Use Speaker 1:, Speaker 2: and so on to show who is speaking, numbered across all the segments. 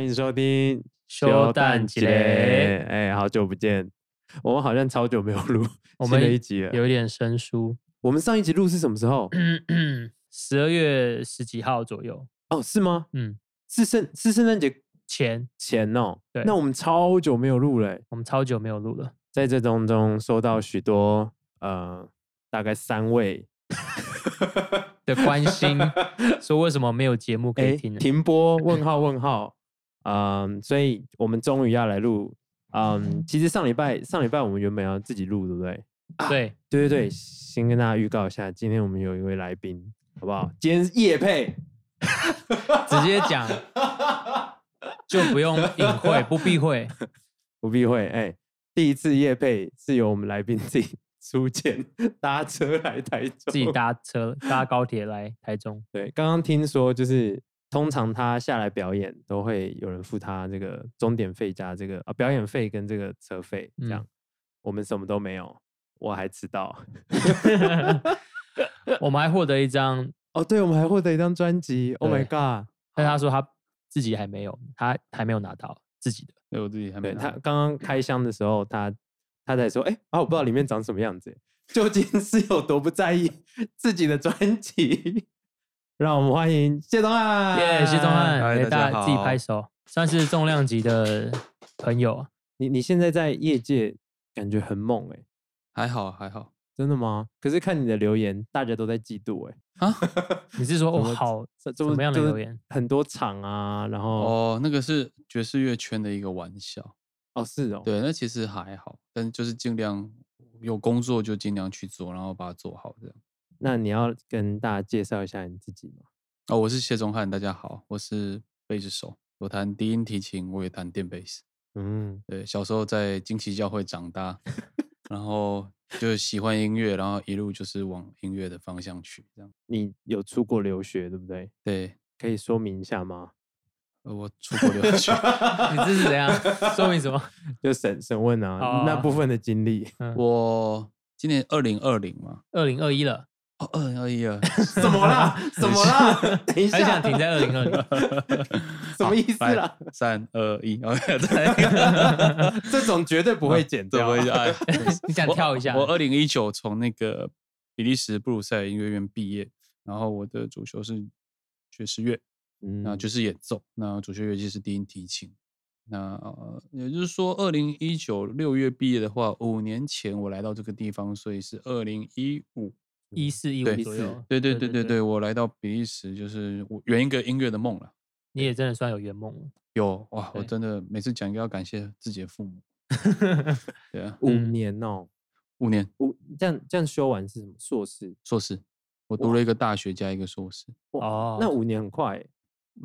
Speaker 1: 迎收听
Speaker 2: 修蛋
Speaker 1: 节，
Speaker 2: 姐
Speaker 1: 哎，好久不见，我们好像超久没有录
Speaker 2: 我
Speaker 1: 新的
Speaker 2: 们
Speaker 1: 一集了。
Speaker 2: 有一点生 疏。
Speaker 1: 我们上一集录是什么时候？
Speaker 2: 十二月十几号左右，
Speaker 1: 哦，是吗？
Speaker 2: 嗯，
Speaker 1: 是圣是圣诞节
Speaker 2: 前
Speaker 1: 前哦。
Speaker 2: 对
Speaker 1: 那我们超久没有录了欸，
Speaker 2: 我们超久没有录了，
Speaker 1: 在这当中收到许多呃，大概三位
Speaker 2: 的关 心说为什么没有节目可
Speaker 1: 哎
Speaker 2: 以听呢？
Speaker 1: 停播问号问号，嗯，所以我们终于要来录。嗯，其实上礼拜上礼拜我们原本要自己录，对不对？
Speaker 2: 对，
Speaker 1: 对对对，先跟大家预告一下，今天我们有一位来宾，好不好？今天是叶 佩，
Speaker 2: 直接讲就不用隐 晦，不避讳。
Speaker 1: 不避讳。哎、第一次叶佩是由我们来宾自己出钱搭车来台中，
Speaker 2: 自己。搭 车搭高铁来台 中，
Speaker 1: 对，刚刚听说就是。通常他下来表演都会有人付他这个钟点费加这个啊表演费跟这个车费这
Speaker 2: 嗯
Speaker 1: 样，我们什么都没有，我还迟到
Speaker 2: 我们还获得一张，
Speaker 1: 哦，对，我们还获得一张专辑，Oh my
Speaker 2: 对
Speaker 1: god！
Speaker 2: 但他说他自己还没有，他还没有拿到自己的。
Speaker 3: 对我自己还没
Speaker 1: 对
Speaker 3: 拿
Speaker 1: 他
Speaker 3: 到
Speaker 1: 刚刚开箱的时候，他他在说：“哎、啊，我不知道里面长什么样子，究竟是有多不在意自己的专辑。”让我们欢迎谢东汉，
Speaker 2: 耶，谢宗
Speaker 3: 嗨
Speaker 2: 翰，给
Speaker 3: 大
Speaker 2: 大
Speaker 3: 家
Speaker 2: 家自己
Speaker 3: 好
Speaker 2: 拍手，算是重量级的朋友。
Speaker 1: 你你现在在业界感觉很猛哎、
Speaker 3: 还好哦还好
Speaker 1: 真的吗？可是看你的留言，大家都在嫉妒哎、
Speaker 3: 啊。
Speaker 2: 你是说我
Speaker 1: 怎么
Speaker 2: 哦好
Speaker 1: 这
Speaker 2: 怎
Speaker 1: 这
Speaker 2: 么样的
Speaker 1: 就是
Speaker 2: 留言？
Speaker 1: 很多场啊，然后哦
Speaker 3: 哦，那个是爵士乐圈的一个玩笑，
Speaker 1: 是哦，
Speaker 3: 对，那其实还好，但就是尽量有工作就尽量去做，然后把它做好这样。
Speaker 1: 那你要跟大家介绍一下你自己吗？
Speaker 3: 哦，我是谢宗翰，大家好，我是贝斯手，我弹低音提琴，我也弹电贝斯。
Speaker 1: 嗯，
Speaker 3: 对，小时候在惊奇教会长 大，然后就喜欢音乐，然后一路就是往音乐的方向去这样。
Speaker 1: 你有出国留学对不对？
Speaker 3: 对，
Speaker 1: 可以说明一下吗？
Speaker 3: 呃我出国留 学，
Speaker 2: 你这是怎样？说明什么？
Speaker 1: 就审审问啊、那
Speaker 2: 哦
Speaker 1: 部分的经历，
Speaker 3: 我今年二零二零嘛，
Speaker 2: 二零二一了，
Speaker 3: 哦，二零二一 了，
Speaker 1: 怎么 啦？怎么啦？ 等一
Speaker 2: 很
Speaker 1: 下，
Speaker 3: 啊
Speaker 2: 想停在二零二零。
Speaker 1: 什么意思啊
Speaker 3: 来
Speaker 1: 啦？
Speaker 3: 三二一， 哦，再来一个
Speaker 1: 这种绝对不会剪
Speaker 3: 怎
Speaker 1: 掉
Speaker 3: 么
Speaker 1: 啊，
Speaker 3: 会哎？真是
Speaker 2: 你想
Speaker 3: 我
Speaker 2: 跳一下
Speaker 3: 我二零一九从那个比利时布鲁塞尔音乐院毕业，然后我的主修是爵士乐，那
Speaker 1: 嗯
Speaker 3: 爵士演奏，那主修乐器是低音提琴。那、呃、也就是说，二零一九六月毕业的话，五年前我来到这个地方，所以是二零一五。
Speaker 2: 一四一五
Speaker 3: 对
Speaker 2: 左右。
Speaker 3: 对对对对对，，我来到比利时，就是我圆一个音乐的梦了。
Speaker 2: 你也真的算有圆 梦了。
Speaker 3: 有哇，我
Speaker 2: 对
Speaker 3: 真的每次讲一个要感谢自己的父母。对啊，
Speaker 1: 五
Speaker 2: 嗯
Speaker 1: 年哦，
Speaker 3: 五年
Speaker 1: 五这样这样修完是什么硕士？
Speaker 3: 硕士，我读了一个大学加一个硕士。
Speaker 1: 哇
Speaker 2: 哦，
Speaker 1: 那五年很快欸。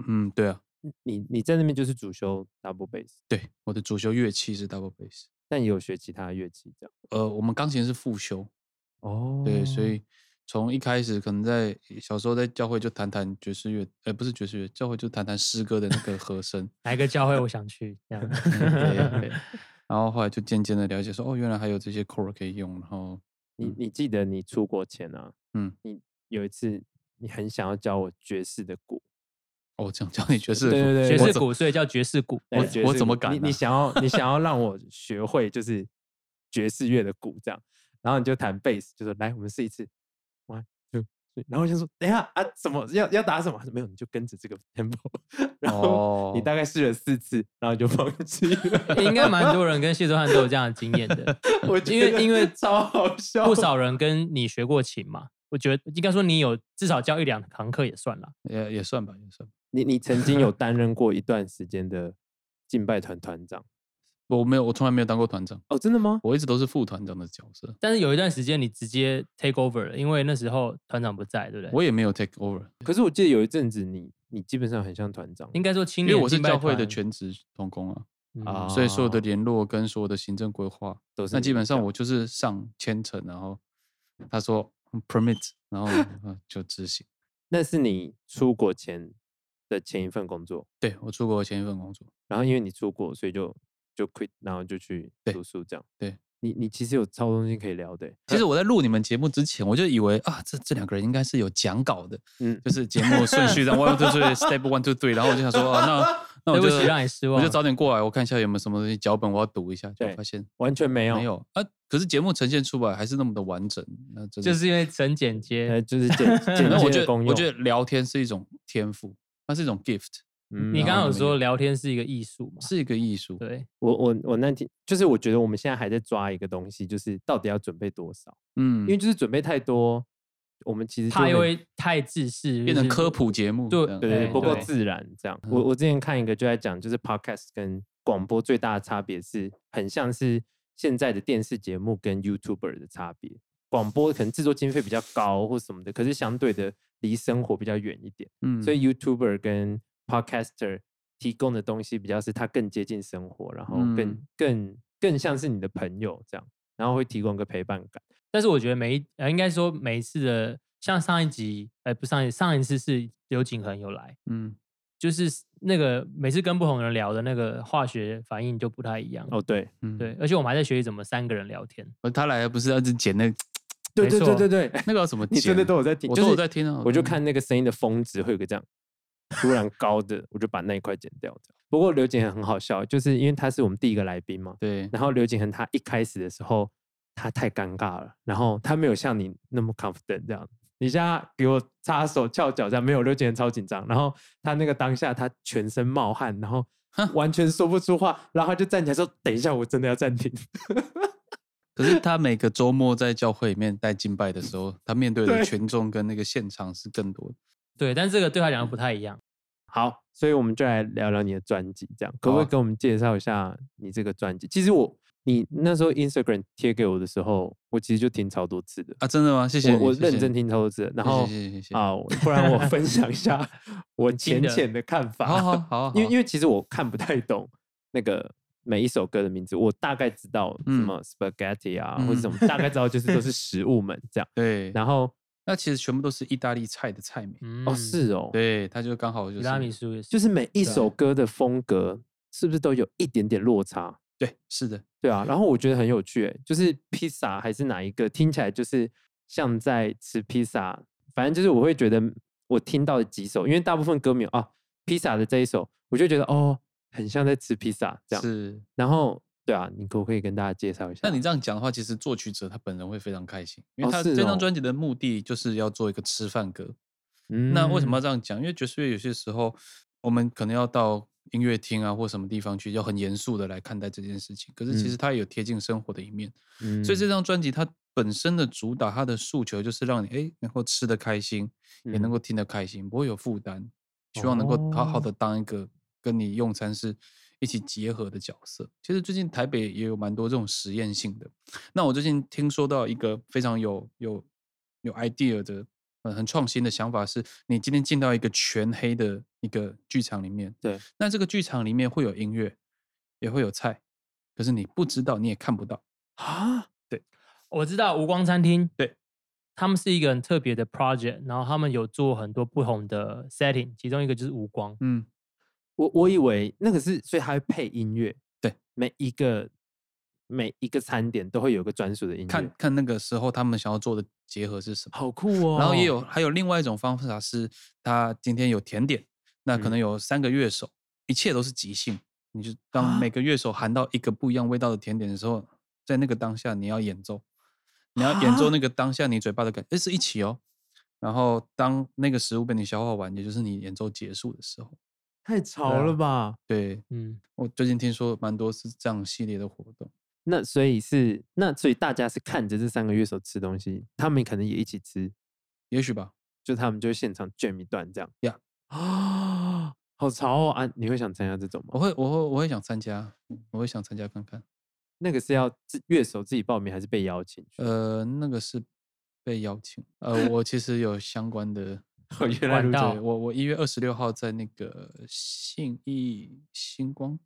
Speaker 3: 嗯，对啊，
Speaker 1: 你你在那边就是主修 double bass，
Speaker 3: 对，我的主修乐器是 double bass，
Speaker 1: 但也有学其他乐器这样。
Speaker 3: 呃，我们钢琴是副修，
Speaker 1: 哦
Speaker 3: 对，所以从一开始可能在小时候在教会就弹弹爵士乐，呃，不是爵士乐，教会就弹弹诗歌的那个和声
Speaker 2: 哪一个教会我想去？这样。
Speaker 3: 嗯对 啊对啊然后后来就渐渐的了解说，哦，原来还有这些 core 可以用，然后
Speaker 1: 你你记得你出国前啊，
Speaker 3: 嗯，
Speaker 1: 你有一次你很想要教我爵士的鼓，
Speaker 3: 哦，这样教你爵士
Speaker 1: 对
Speaker 3: 鼓
Speaker 1: 对对
Speaker 2: 爵
Speaker 3: 我
Speaker 2: 士
Speaker 3: 怎
Speaker 2: 鼓，所以叫爵士鼓。
Speaker 1: 对
Speaker 3: 我
Speaker 1: 爵
Speaker 3: 我
Speaker 1: 士
Speaker 3: 怎么
Speaker 1: 鼓
Speaker 3: 敢
Speaker 1: 你你
Speaker 3: 啊
Speaker 1: 想要你想要让 我学会就是爵士乐的鼓这样，然后你就弹贝斯，就说来我们试一次，one two three，然后我就说等一下啊，怎么要要打什么？没有，你就跟着这个 tempo，然 后
Speaker 3: 哦，
Speaker 1: 你大概试了四次，然后你就放弃 了。
Speaker 2: 应该蛮多人跟谢宗翰都有这样的经验 的，
Speaker 1: 我觉
Speaker 2: 因为
Speaker 1: 得
Speaker 2: 因为
Speaker 1: 超好笑，
Speaker 2: 不少人跟你学过琴嘛。我觉得应该说你有至少教一两堂课也算了。
Speaker 3: 也也算吧，也算吧。
Speaker 1: 你你曾经有担任过一段时间的敬拜团团长
Speaker 3: 我没有，我从来没有当过团长，
Speaker 1: 哦，真的吗？
Speaker 3: 我一直都是副团长的角色，
Speaker 2: 但是有一段时间你直接 take over 了，因为那时候团长不在，对不对？
Speaker 3: 我也没有 take over，
Speaker 1: 可是我记得有一阵子你你基本上很像团长
Speaker 2: 应该说青
Speaker 3: 因
Speaker 2: 年
Speaker 3: 为我是
Speaker 2: 敬拜
Speaker 3: 教会的
Speaker 2: 团
Speaker 3: 全职童工啊。
Speaker 1: 啊
Speaker 2: 啊，
Speaker 3: 所以所有的
Speaker 1: 哦
Speaker 3: 联络跟所有的行政规划，
Speaker 1: 都是
Speaker 3: 那
Speaker 1: 你
Speaker 3: 基
Speaker 1: 们
Speaker 3: 本上
Speaker 1: 教
Speaker 3: 我就是上千层，然后他说嗯 permit，然后呃就执行。
Speaker 1: 那是你出国前的前一份工作，
Speaker 3: 对我出国前一份工作，
Speaker 1: 然后因为你出国，所以就就 quit，然后就去
Speaker 3: 对
Speaker 1: 读书这样。
Speaker 3: 对
Speaker 1: 你你其实有超多东西可以聊的欸，
Speaker 2: 呃
Speaker 3: 其实我在录你们节目之前，我就以为啊，这这两个人应该是有讲稿的，
Speaker 1: 嗯，
Speaker 3: 就是节目顺序的 one two three step one two three，然后我就想说啊，那那我
Speaker 2: 对
Speaker 3: 就
Speaker 2: 不起，让你失望。
Speaker 3: 我就早点过来，我看一下有没有什么东西脚本我要读一下，就
Speaker 1: 对
Speaker 3: 发现
Speaker 1: 完全没有，
Speaker 3: 没，有啊。可是节目呈现出来还是那么的完整，那真的
Speaker 2: 就是因为省简
Speaker 1: 呃，
Speaker 2: 洁，
Speaker 3: 哎
Speaker 1: 就是 简简
Speaker 3: 那我
Speaker 1: 介的
Speaker 3: 觉得
Speaker 1: 功用。
Speaker 3: 我觉得聊天是一种天赋，它是一种 gift，
Speaker 1: 嗯
Speaker 2: 你
Speaker 1: 然
Speaker 2: 刚
Speaker 1: 后
Speaker 2: 刚有
Speaker 3: 没
Speaker 2: 说
Speaker 3: 有
Speaker 2: 聊天是一个艺术嘛？
Speaker 3: 是一个艺术。
Speaker 2: 对，
Speaker 1: 我我我那天就是我觉得我们现在还在抓一个东西，就是到底要准备多少，
Speaker 3: 嗯，
Speaker 1: 因为就是准备太多，我们其实
Speaker 2: 怕
Speaker 1: 就
Speaker 2: 因
Speaker 1: 很
Speaker 2: 为太自私，
Speaker 3: 变成科普节目这
Speaker 2: 对
Speaker 3: 样，嗯
Speaker 1: 对对对
Speaker 2: 哎
Speaker 1: 不够
Speaker 2: 对
Speaker 1: 自然这样。我我之前看一个就在讲，就是 podcast 跟广播最大的差别是，很像是现在的电视节目跟 YouTuber 的差别。广播可能制作经费比较高或什么的，可是相对的离生活比较远一点，
Speaker 3: 嗯，
Speaker 1: 所以 YouTuber 跟 podcaster 提供的东西比较是它更接近生活，然后更、
Speaker 3: 嗯
Speaker 1: 更更像是你的朋友这样，然后会提供一个陪伴感。
Speaker 2: 但是我觉得每一呃，应该说每一次的，像上一集，呃，不上一上一次是刘景恒有来，
Speaker 3: 嗯，
Speaker 2: 就是那个每次跟不同人聊的那个化学反应就不太一样。
Speaker 1: 哦，对，
Speaker 3: 嗯
Speaker 2: 对，，而且我们还在学习怎么三个人聊天。
Speaker 3: 而他来不是要是剪那
Speaker 1: 对
Speaker 2: 没
Speaker 1: 对
Speaker 2: 错
Speaker 1: 对对对，
Speaker 3: 那个要怎么
Speaker 1: 你
Speaker 3: 剪？
Speaker 1: 真的都有在听，
Speaker 3: 我
Speaker 1: 就
Speaker 3: 都有
Speaker 1: 是
Speaker 3: 在听啊，
Speaker 1: 我就
Speaker 3: 都
Speaker 1: 看那个声音的峰值会有个这样突然高的，我就把那一块剪掉。这样不过刘景恒很好笑，就是因为他是我们第一个来宾嘛，
Speaker 3: 对，
Speaker 1: 然后刘景恒他一开始的时候他太尴尬了，然后他没有像你那么 confident 这样。你现在给我插手翘脚这样，没有刘景恒超紧张，然后他那个当下他全身冒汗，然后完全说不出话，然后他就站起来说：“等一下，我真的要暂停。
Speaker 3: 可是他每个周末在教会里面带敬拜的时候，他面对的
Speaker 1: 对
Speaker 3: 群众跟那个现场是更多的。
Speaker 2: 对，但这个对他讲的不太一样。”
Speaker 1: 好，所以我们就来聊聊你的专辑，这样可不可
Speaker 3: 好
Speaker 1: 以
Speaker 3: 啊
Speaker 1: 跟我们介绍一下你这个专辑？其实我你那时候 Instagram 贴给我的时候，我其实就听超多次的，
Speaker 3: 啊，真的吗？谢谢你，
Speaker 1: 我我
Speaker 3: 谢谢
Speaker 1: 认真
Speaker 3: 你，
Speaker 1: 听超多次的，然后
Speaker 3: 谢谢谢谢，
Speaker 1: 啊，不然我 分享一 下我
Speaker 2: 听
Speaker 1: 浅
Speaker 2: 的
Speaker 1: 浅的看法。
Speaker 3: 好好 好，
Speaker 1: 因为因
Speaker 3: 为
Speaker 1: 为其实我看不太懂那个每一首歌的名字，我大概知道什
Speaker 3: 嗯
Speaker 1: 么 spaghetti 啊，或者
Speaker 3: 嗯
Speaker 1: 什么，大概知道就是都 是食物们这样。
Speaker 3: 对，
Speaker 1: 然后
Speaker 3: 那其实全部都是意大利菜的菜名，
Speaker 2: 嗯，
Speaker 1: 哦，是哦，
Speaker 3: 对，他就刚好就
Speaker 2: 提拉米
Speaker 3: 是
Speaker 2: 苏也是，
Speaker 1: 就是每一
Speaker 2: 对啊
Speaker 1: 首歌的风格是不是都有一点点落差？
Speaker 3: 对，是的，
Speaker 1: 对啊，然后我觉得很有趣、欸，就是披萨还是哪一个，听起来就是像在吃披萨。反正就是我会觉得我听到的几首，因为大部分歌迷啊，披萨的这一首，我就觉得哦，很像在吃披萨这样。
Speaker 3: 是。
Speaker 1: 然后对啊，你可不可以跟大家介绍一下？
Speaker 3: 那你这样讲的话，其实作曲者他本人会非常开心，因为
Speaker 1: 哦
Speaker 3: 他
Speaker 1: 是
Speaker 3: 这张
Speaker 1: 哦
Speaker 3: 专辑的目的就是要做一个吃饭歌。
Speaker 1: 嗯
Speaker 3: 那为什么要这样讲？因为爵士乐有些时候，我们可能要到音乐厅啊或什么地方去，要很严肃的来看待这件事情。可是其
Speaker 1: 嗯
Speaker 3: 实它也有贴近生活的一面，
Speaker 1: 嗯
Speaker 3: 所以这张专辑它本身的主打，它的诉求就是让你哎能够吃得开心，也能
Speaker 1: 嗯
Speaker 3: 够听得开心，不会有负担，希望能够好好
Speaker 1: 哦
Speaker 3: 的当一个跟你用餐是一起结合的角色。其实最近台北也有蛮多这种实验性的。那我最近听说到一个非常有有有 idea 的，呃，很创新的想法是，你今天进到一个全黑的一个剧场里面，
Speaker 1: 对，
Speaker 3: 那这个剧场里面会有音乐，也会有菜，可是你不知道，你也看不到。
Speaker 1: 啊？
Speaker 2: 我知道无光餐厅，
Speaker 3: 对，
Speaker 2: 他们是一个很特别的 project，然后他们有做很多不同的 setting，其中一个就是无光，
Speaker 3: 嗯，
Speaker 1: 我我以为那个是，所以它会配音乐，
Speaker 3: 对，
Speaker 1: 每一个每一个餐点都会有一个专属的音乐，
Speaker 3: 看看那个时候他们想要做的结合是什么。
Speaker 1: 好酷哦。
Speaker 3: 然后也有还有另外一种方法是，他今天有甜点，那
Speaker 1: 嗯
Speaker 3: 可能有三个乐手，一切都是即兴。你就当
Speaker 1: 啊
Speaker 3: 每个乐手喊到一个不一样味道的甜点的时候，在那个当下你要演奏，你要演
Speaker 1: 啊
Speaker 3: 奏那个当下你嘴巴的感觉，这是一起哦。然后当那个食物被你消化完，也就是你演奏结束的时候，
Speaker 1: 太潮了
Speaker 2: 啊
Speaker 1: 吧？
Speaker 3: 对
Speaker 2: 嗯，
Speaker 3: 我最近听说蛮多是这样系列的活动。
Speaker 1: 那所以是那所以大家是看着这三个乐手吃东西，他们可能也一起吃，
Speaker 3: 也许吧，
Speaker 1: 就他们就现场卷一段这样。
Speaker 3: Yeah
Speaker 1: 啊，好潮哦啊！你会想参加这种
Speaker 3: 我
Speaker 1: 吗？
Speaker 3: 会，我会，我会想参加，嗯我会想参加看看。
Speaker 1: 那个是要自乐手自己报名还是被邀请去？
Speaker 3: 呃，那个是被邀请。呃，我其实有相关的
Speaker 1: 哦原来
Speaker 2: 管
Speaker 1: 如此
Speaker 2: 道
Speaker 3: 对，我我一月二十六号在那个信义星光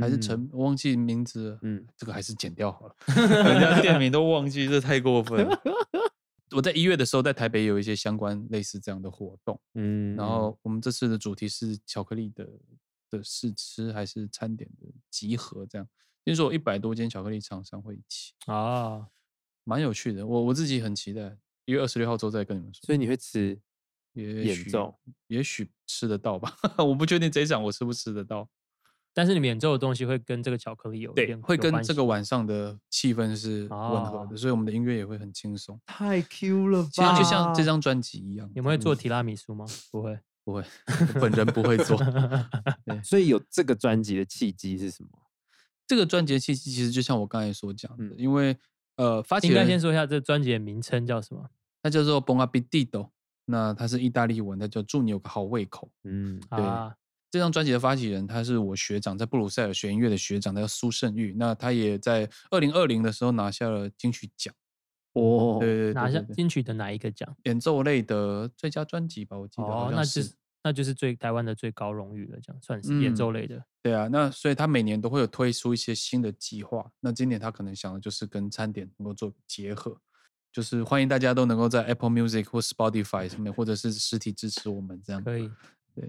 Speaker 3: 还是
Speaker 1: 嗯
Speaker 3: 陈，我忘记名字了，
Speaker 1: 嗯，
Speaker 3: 这个还是剪掉好了，人家店 名都忘记，这太过分了。我在一月的时候在台北有一些相关类似这样的活动，
Speaker 1: 嗯，
Speaker 3: 然后我们这次的主题是巧克力的的试吃还是餐点的集合，这样听说有一百多间巧克力厂商会一起。
Speaker 2: 哦，
Speaker 3: 蛮有趣的，我我自己很期待一月二十六号之后再跟你们说。
Speaker 1: 所以你会吃
Speaker 3: 也
Speaker 1: 演
Speaker 3: 许
Speaker 1: 奏，
Speaker 3: 也许吃得到吧， 我不确定这一场我吃不吃得到，
Speaker 2: 但是你们演奏的东西会跟这个巧克力有一点
Speaker 3: 会
Speaker 2: 有
Speaker 3: 跟
Speaker 2: 关
Speaker 3: 这
Speaker 2: 系
Speaker 3: 个晚上的气氛是吻合
Speaker 2: 哦
Speaker 3: 的，所以我们的音乐也会很轻松。
Speaker 1: 太 Q 了吧？
Speaker 3: 其实就像这张专辑一样，
Speaker 2: 你们会做提
Speaker 3: 拉？
Speaker 2: 拉米苏吗？不会，
Speaker 3: 不会，我本人不会 做。
Speaker 1: 所以有这个专辑的契机是什么？
Speaker 3: 这个专辑的契机其实就像我刚才所讲的，
Speaker 1: 嗯
Speaker 3: 因为呃，发起
Speaker 2: 应该
Speaker 3: 人
Speaker 2: 先说一下这专辑的名称叫什么？
Speaker 3: 它叫做 Bon Appetito，那它是意大利文，它叫祝你有个好胃口。
Speaker 1: 嗯，
Speaker 3: 对
Speaker 2: 啊，
Speaker 3: 这张专辑的发起人，他是我学长，在布鲁塞尔学音乐的学长，他叫苏胜玉。那他也在二零二零的时候拿下了金曲奖，
Speaker 1: 哦，
Speaker 3: 对对对
Speaker 2: 拿
Speaker 3: 对
Speaker 2: 下
Speaker 3: 对
Speaker 2: 金曲的哪一个奖？
Speaker 3: 演奏类的最佳专辑吧，我记得
Speaker 2: 哦，
Speaker 3: 好像。
Speaker 2: 那就是是那就是最台湾的最高荣誉了，这样算是演
Speaker 3: 嗯
Speaker 2: 奏类的。
Speaker 3: 对啊，那所以他每年都会有推出一些新的计划。那今年他可能想的就是跟餐点能够做结合，就是欢迎大家都能够在 Apple Music 或 Spotify 上面，或者是实体支持我们这样。
Speaker 2: 可以，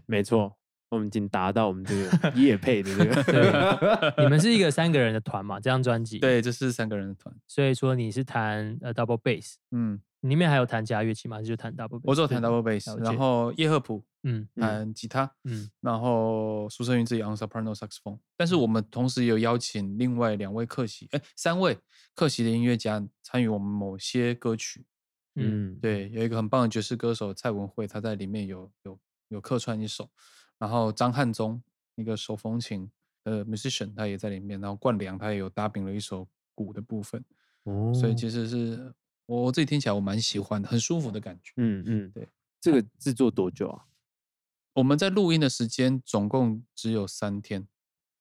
Speaker 1: 没错，我们已经达到我们这个 业配的这个。
Speaker 2: 你们是一个三个人的团嘛？这张专辑，，
Speaker 3: 对，这是三个人的团。
Speaker 2: 所以说你是弹呃 double bass，
Speaker 3: 嗯，
Speaker 2: 你里面还有弹其他乐器吗？还是就弹 double bass？
Speaker 3: 我只有
Speaker 2: 对
Speaker 3: 弹
Speaker 2: 吗
Speaker 3: double bass，
Speaker 2: 了
Speaker 3: 然
Speaker 2: 解
Speaker 3: 后叶赫普
Speaker 2: 嗯
Speaker 1: 嗯
Speaker 3: 弹吉他，
Speaker 2: 嗯，
Speaker 3: 然后苏胜云自己 on soprano saxophone。但是我们同时也有邀请另外两位客席，哎，三位客席的音乐家参与我们某些歌曲。
Speaker 2: 嗯，
Speaker 1: 嗯，
Speaker 3: 对，有一个很棒的爵士歌手蔡文慧，她在里面有有有客串一首，然后张汉宗一个手风琴的 musician，他也在里面，然后冠良他也有搭饼了一首鼓的部分，
Speaker 1: 哦
Speaker 3: 所以其实是我我自己听起来我蛮喜欢的，很舒服的感觉。
Speaker 1: 嗯嗯，
Speaker 3: 对，
Speaker 1: 这个制作多久啊？
Speaker 3: 我们在录音的时间总共只有三天，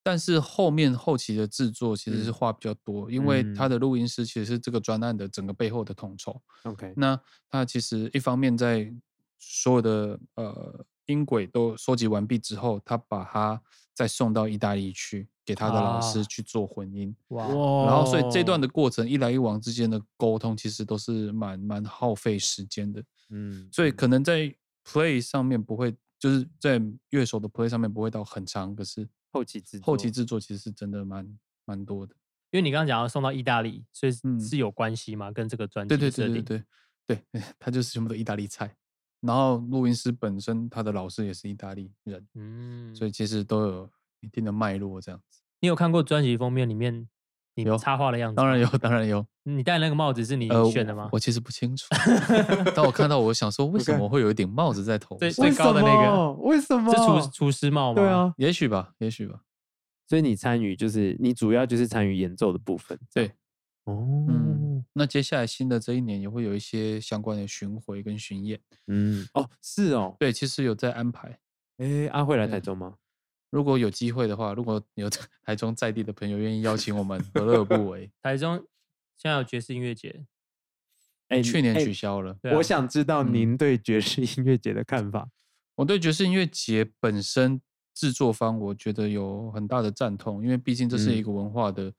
Speaker 3: 但是后面后期的制作其实是
Speaker 1: 嗯
Speaker 3: 话比较多，因为他
Speaker 1: 嗯
Speaker 3: 的录音师其实是这个专案的整个背后的统筹，
Speaker 1: OK，
Speaker 3: 那它其实一方面在所有的呃音轨都收集完毕之后，他把它再送到意大利去给他的老
Speaker 2: 啊
Speaker 3: 师去做混音，
Speaker 2: 哇，
Speaker 3: 然后所以这段
Speaker 1: 哦
Speaker 3: 的，过程一来一往之间的沟通其实都是蛮蛮耗费时间的，
Speaker 1: 嗯，
Speaker 3: 所以可能在 play 上面不会。就是在乐手的 play 上面不会到很长，可是
Speaker 1: 后期制
Speaker 3: 后期
Speaker 1: 作
Speaker 3: 制作其实是真的蛮蛮多的。
Speaker 2: 因为你刚刚讲要送到意大利，所以是
Speaker 3: 嗯
Speaker 2: 是有关系吗？跟这个专辑
Speaker 3: 对对
Speaker 2: 的设
Speaker 3: 对对
Speaker 2: 定？
Speaker 3: 对对， 他就是全部都意大利菜。然后录音师本身他的老师也是意大利人，
Speaker 2: 嗯，
Speaker 3: 所以其实都有一定的脉络这样子。
Speaker 2: 你有看过专辑封面里面你
Speaker 3: 有
Speaker 2: 插画的样子？
Speaker 3: 当然有，，当然有。
Speaker 2: 你戴那个帽子是你
Speaker 3: 呃，
Speaker 2: 选的
Speaker 3: 我
Speaker 2: 吗？
Speaker 3: 我其 实不 清楚，当我看到我想说，为什
Speaker 1: OK
Speaker 3: 么会有一顶 帽子在头
Speaker 2: 对
Speaker 3: 上
Speaker 2: 最？
Speaker 1: 为
Speaker 2: 高的
Speaker 1: 什
Speaker 2: 那个
Speaker 1: 么为什么？
Speaker 2: 是厨厨师帽吗？
Speaker 1: 对，啊，
Speaker 3: 也许吧，也许吧。
Speaker 1: 所以你参与就是你主要就是参与演奏的部分，这样
Speaker 3: 对，
Speaker 1: 哦，
Speaker 3: 嗯，那接下来新的这一年也会有一些相关的巡回跟巡演。
Speaker 1: 嗯，哦，是哦，
Speaker 3: 对，其实有在安排。
Speaker 1: 哎，阿慧来
Speaker 3: 对
Speaker 1: 台州吗？
Speaker 3: 如果有机会的话，如果有台中在 地的朋友愿意邀请我们，何乐而不为？
Speaker 2: 台中现在有爵士音乐节，
Speaker 1: 哎，
Speaker 3: 去年
Speaker 1: 哎
Speaker 3: 取消了。
Speaker 2: 对啊
Speaker 1: 我想知道
Speaker 3: 嗯
Speaker 1: 您对爵士音乐节的看法。
Speaker 3: 我对爵士音乐节本身制作方，我觉得有很大的赞同，因为毕竟这是一
Speaker 1: 嗯
Speaker 3: 个文化的、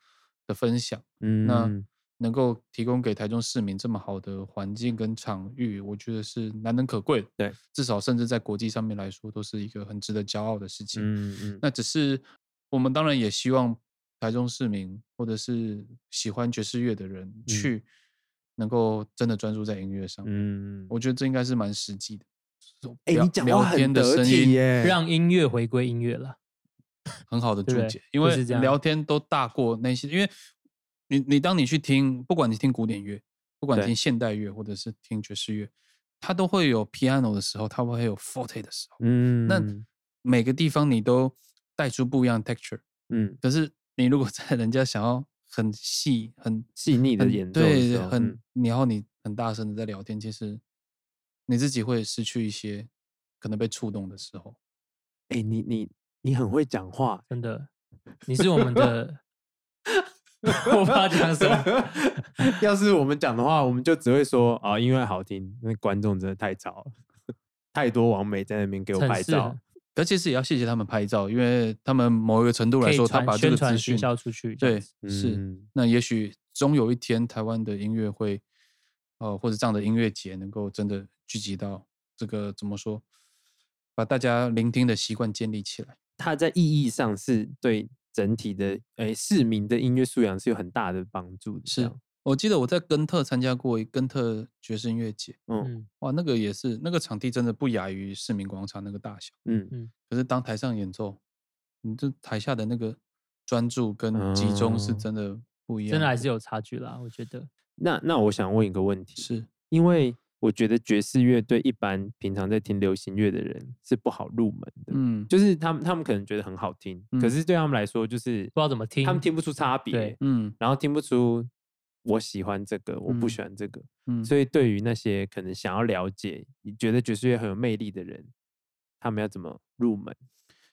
Speaker 3: 的分享，
Speaker 1: 嗯，
Speaker 3: 那能够提供给台中市民这么好的环境跟场域，我觉得是难能可贵的。
Speaker 1: 对，
Speaker 3: 至少甚至在国际上面来说，都是一个很值得骄傲的事情。
Speaker 1: 嗯嗯，
Speaker 3: 那只是我们当然也希望台中市民或者是喜欢爵士乐的人去，能够真的专注在音乐上。
Speaker 1: 嗯，
Speaker 3: 我觉得这应该是蛮实际的。
Speaker 1: 哎，
Speaker 3: 聊
Speaker 1: 你讲
Speaker 3: 聊
Speaker 1: 话很
Speaker 3: 天的
Speaker 1: 得
Speaker 3: 声
Speaker 1: 体
Speaker 3: 音
Speaker 1: 耶，
Speaker 2: 让音乐回归音乐了。
Speaker 3: 很好的
Speaker 2: 对
Speaker 3: 注
Speaker 2: 不对
Speaker 3: 解，因
Speaker 2: 就
Speaker 3: 为
Speaker 2: 是这样
Speaker 3: 聊天都大过那些，因为你你当你去听，不管你听古典乐，不管
Speaker 1: 对
Speaker 3: 听现代乐，或者是听爵士乐，它都会有 piano 的时候，它会有 forte 的时候，
Speaker 1: 嗯，
Speaker 3: 那每个地方你都带出不一样的 texture。
Speaker 1: 嗯
Speaker 3: 可是你如果 在人家想要很细、很
Speaker 1: 细腻的
Speaker 3: 很
Speaker 1: 演奏的
Speaker 3: 对
Speaker 1: 时，候，
Speaker 3: 很
Speaker 1: 嗯
Speaker 3: 然后你很大声的在聊天，其实你自己会失去一些可能被触动的时候。
Speaker 1: 哎，你你你很会讲话，欸
Speaker 2: 真的，你是我们 的，我不知道讲什么。
Speaker 1: 要是我们讲的话，我们就只会说啊，音乐好听，那观众真的太吵了， 太多网美在那边给我
Speaker 2: 很
Speaker 1: 拍
Speaker 2: 适
Speaker 1: 照
Speaker 2: 合，
Speaker 3: 可其实也要谢谢他们拍照，因为他们某一个程度
Speaker 2: 可
Speaker 3: 来
Speaker 2: 以
Speaker 3: 说，他
Speaker 2: 传
Speaker 3: 把这
Speaker 2: 宣
Speaker 3: 个资
Speaker 2: 传行
Speaker 3: 讯
Speaker 2: 销出去这样子。
Speaker 3: 对是。
Speaker 1: 嗯
Speaker 3: 那也许终有一天，台湾的音乐会，呃，或者这样的音乐节能够真的聚集到这个怎么说，把大家聆听的习惯建立起来。
Speaker 1: 它在意义上是对整体的诶市民的音乐素养是有很大的帮助的。这
Speaker 3: 是
Speaker 1: 样
Speaker 3: 我记得我在根特参加过一根特爵士音乐节，
Speaker 1: 嗯
Speaker 2: 嗯，
Speaker 3: 哇，那个也是那个场地真的不亚于市民广场那个大小。
Speaker 1: 嗯
Speaker 3: 可是当台上演奏，你这台下的那个专注跟集中是
Speaker 1: 嗯
Speaker 3: 真的不一样的，
Speaker 2: 真的还是有差距啦，我觉得。
Speaker 1: 那那我想问一个问题，
Speaker 3: 是
Speaker 1: 因为我觉得爵士乐对一般平常在听流行乐的人是不好入门的，
Speaker 3: 嗯
Speaker 1: 就是他们他们可能觉得很好听，可
Speaker 3: 嗯
Speaker 1: 是对他们来说就是
Speaker 2: 不知道怎么听
Speaker 1: 他们听不出差别
Speaker 2: 对，
Speaker 3: 嗯
Speaker 1: 然后听不出我喜欢这个，我不
Speaker 3: 嗯
Speaker 1: 喜欢这个，
Speaker 3: 嗯，
Speaker 1: 所以对于那些可能想要了解，你觉得爵士乐很有魅力的人，他们要怎么入门？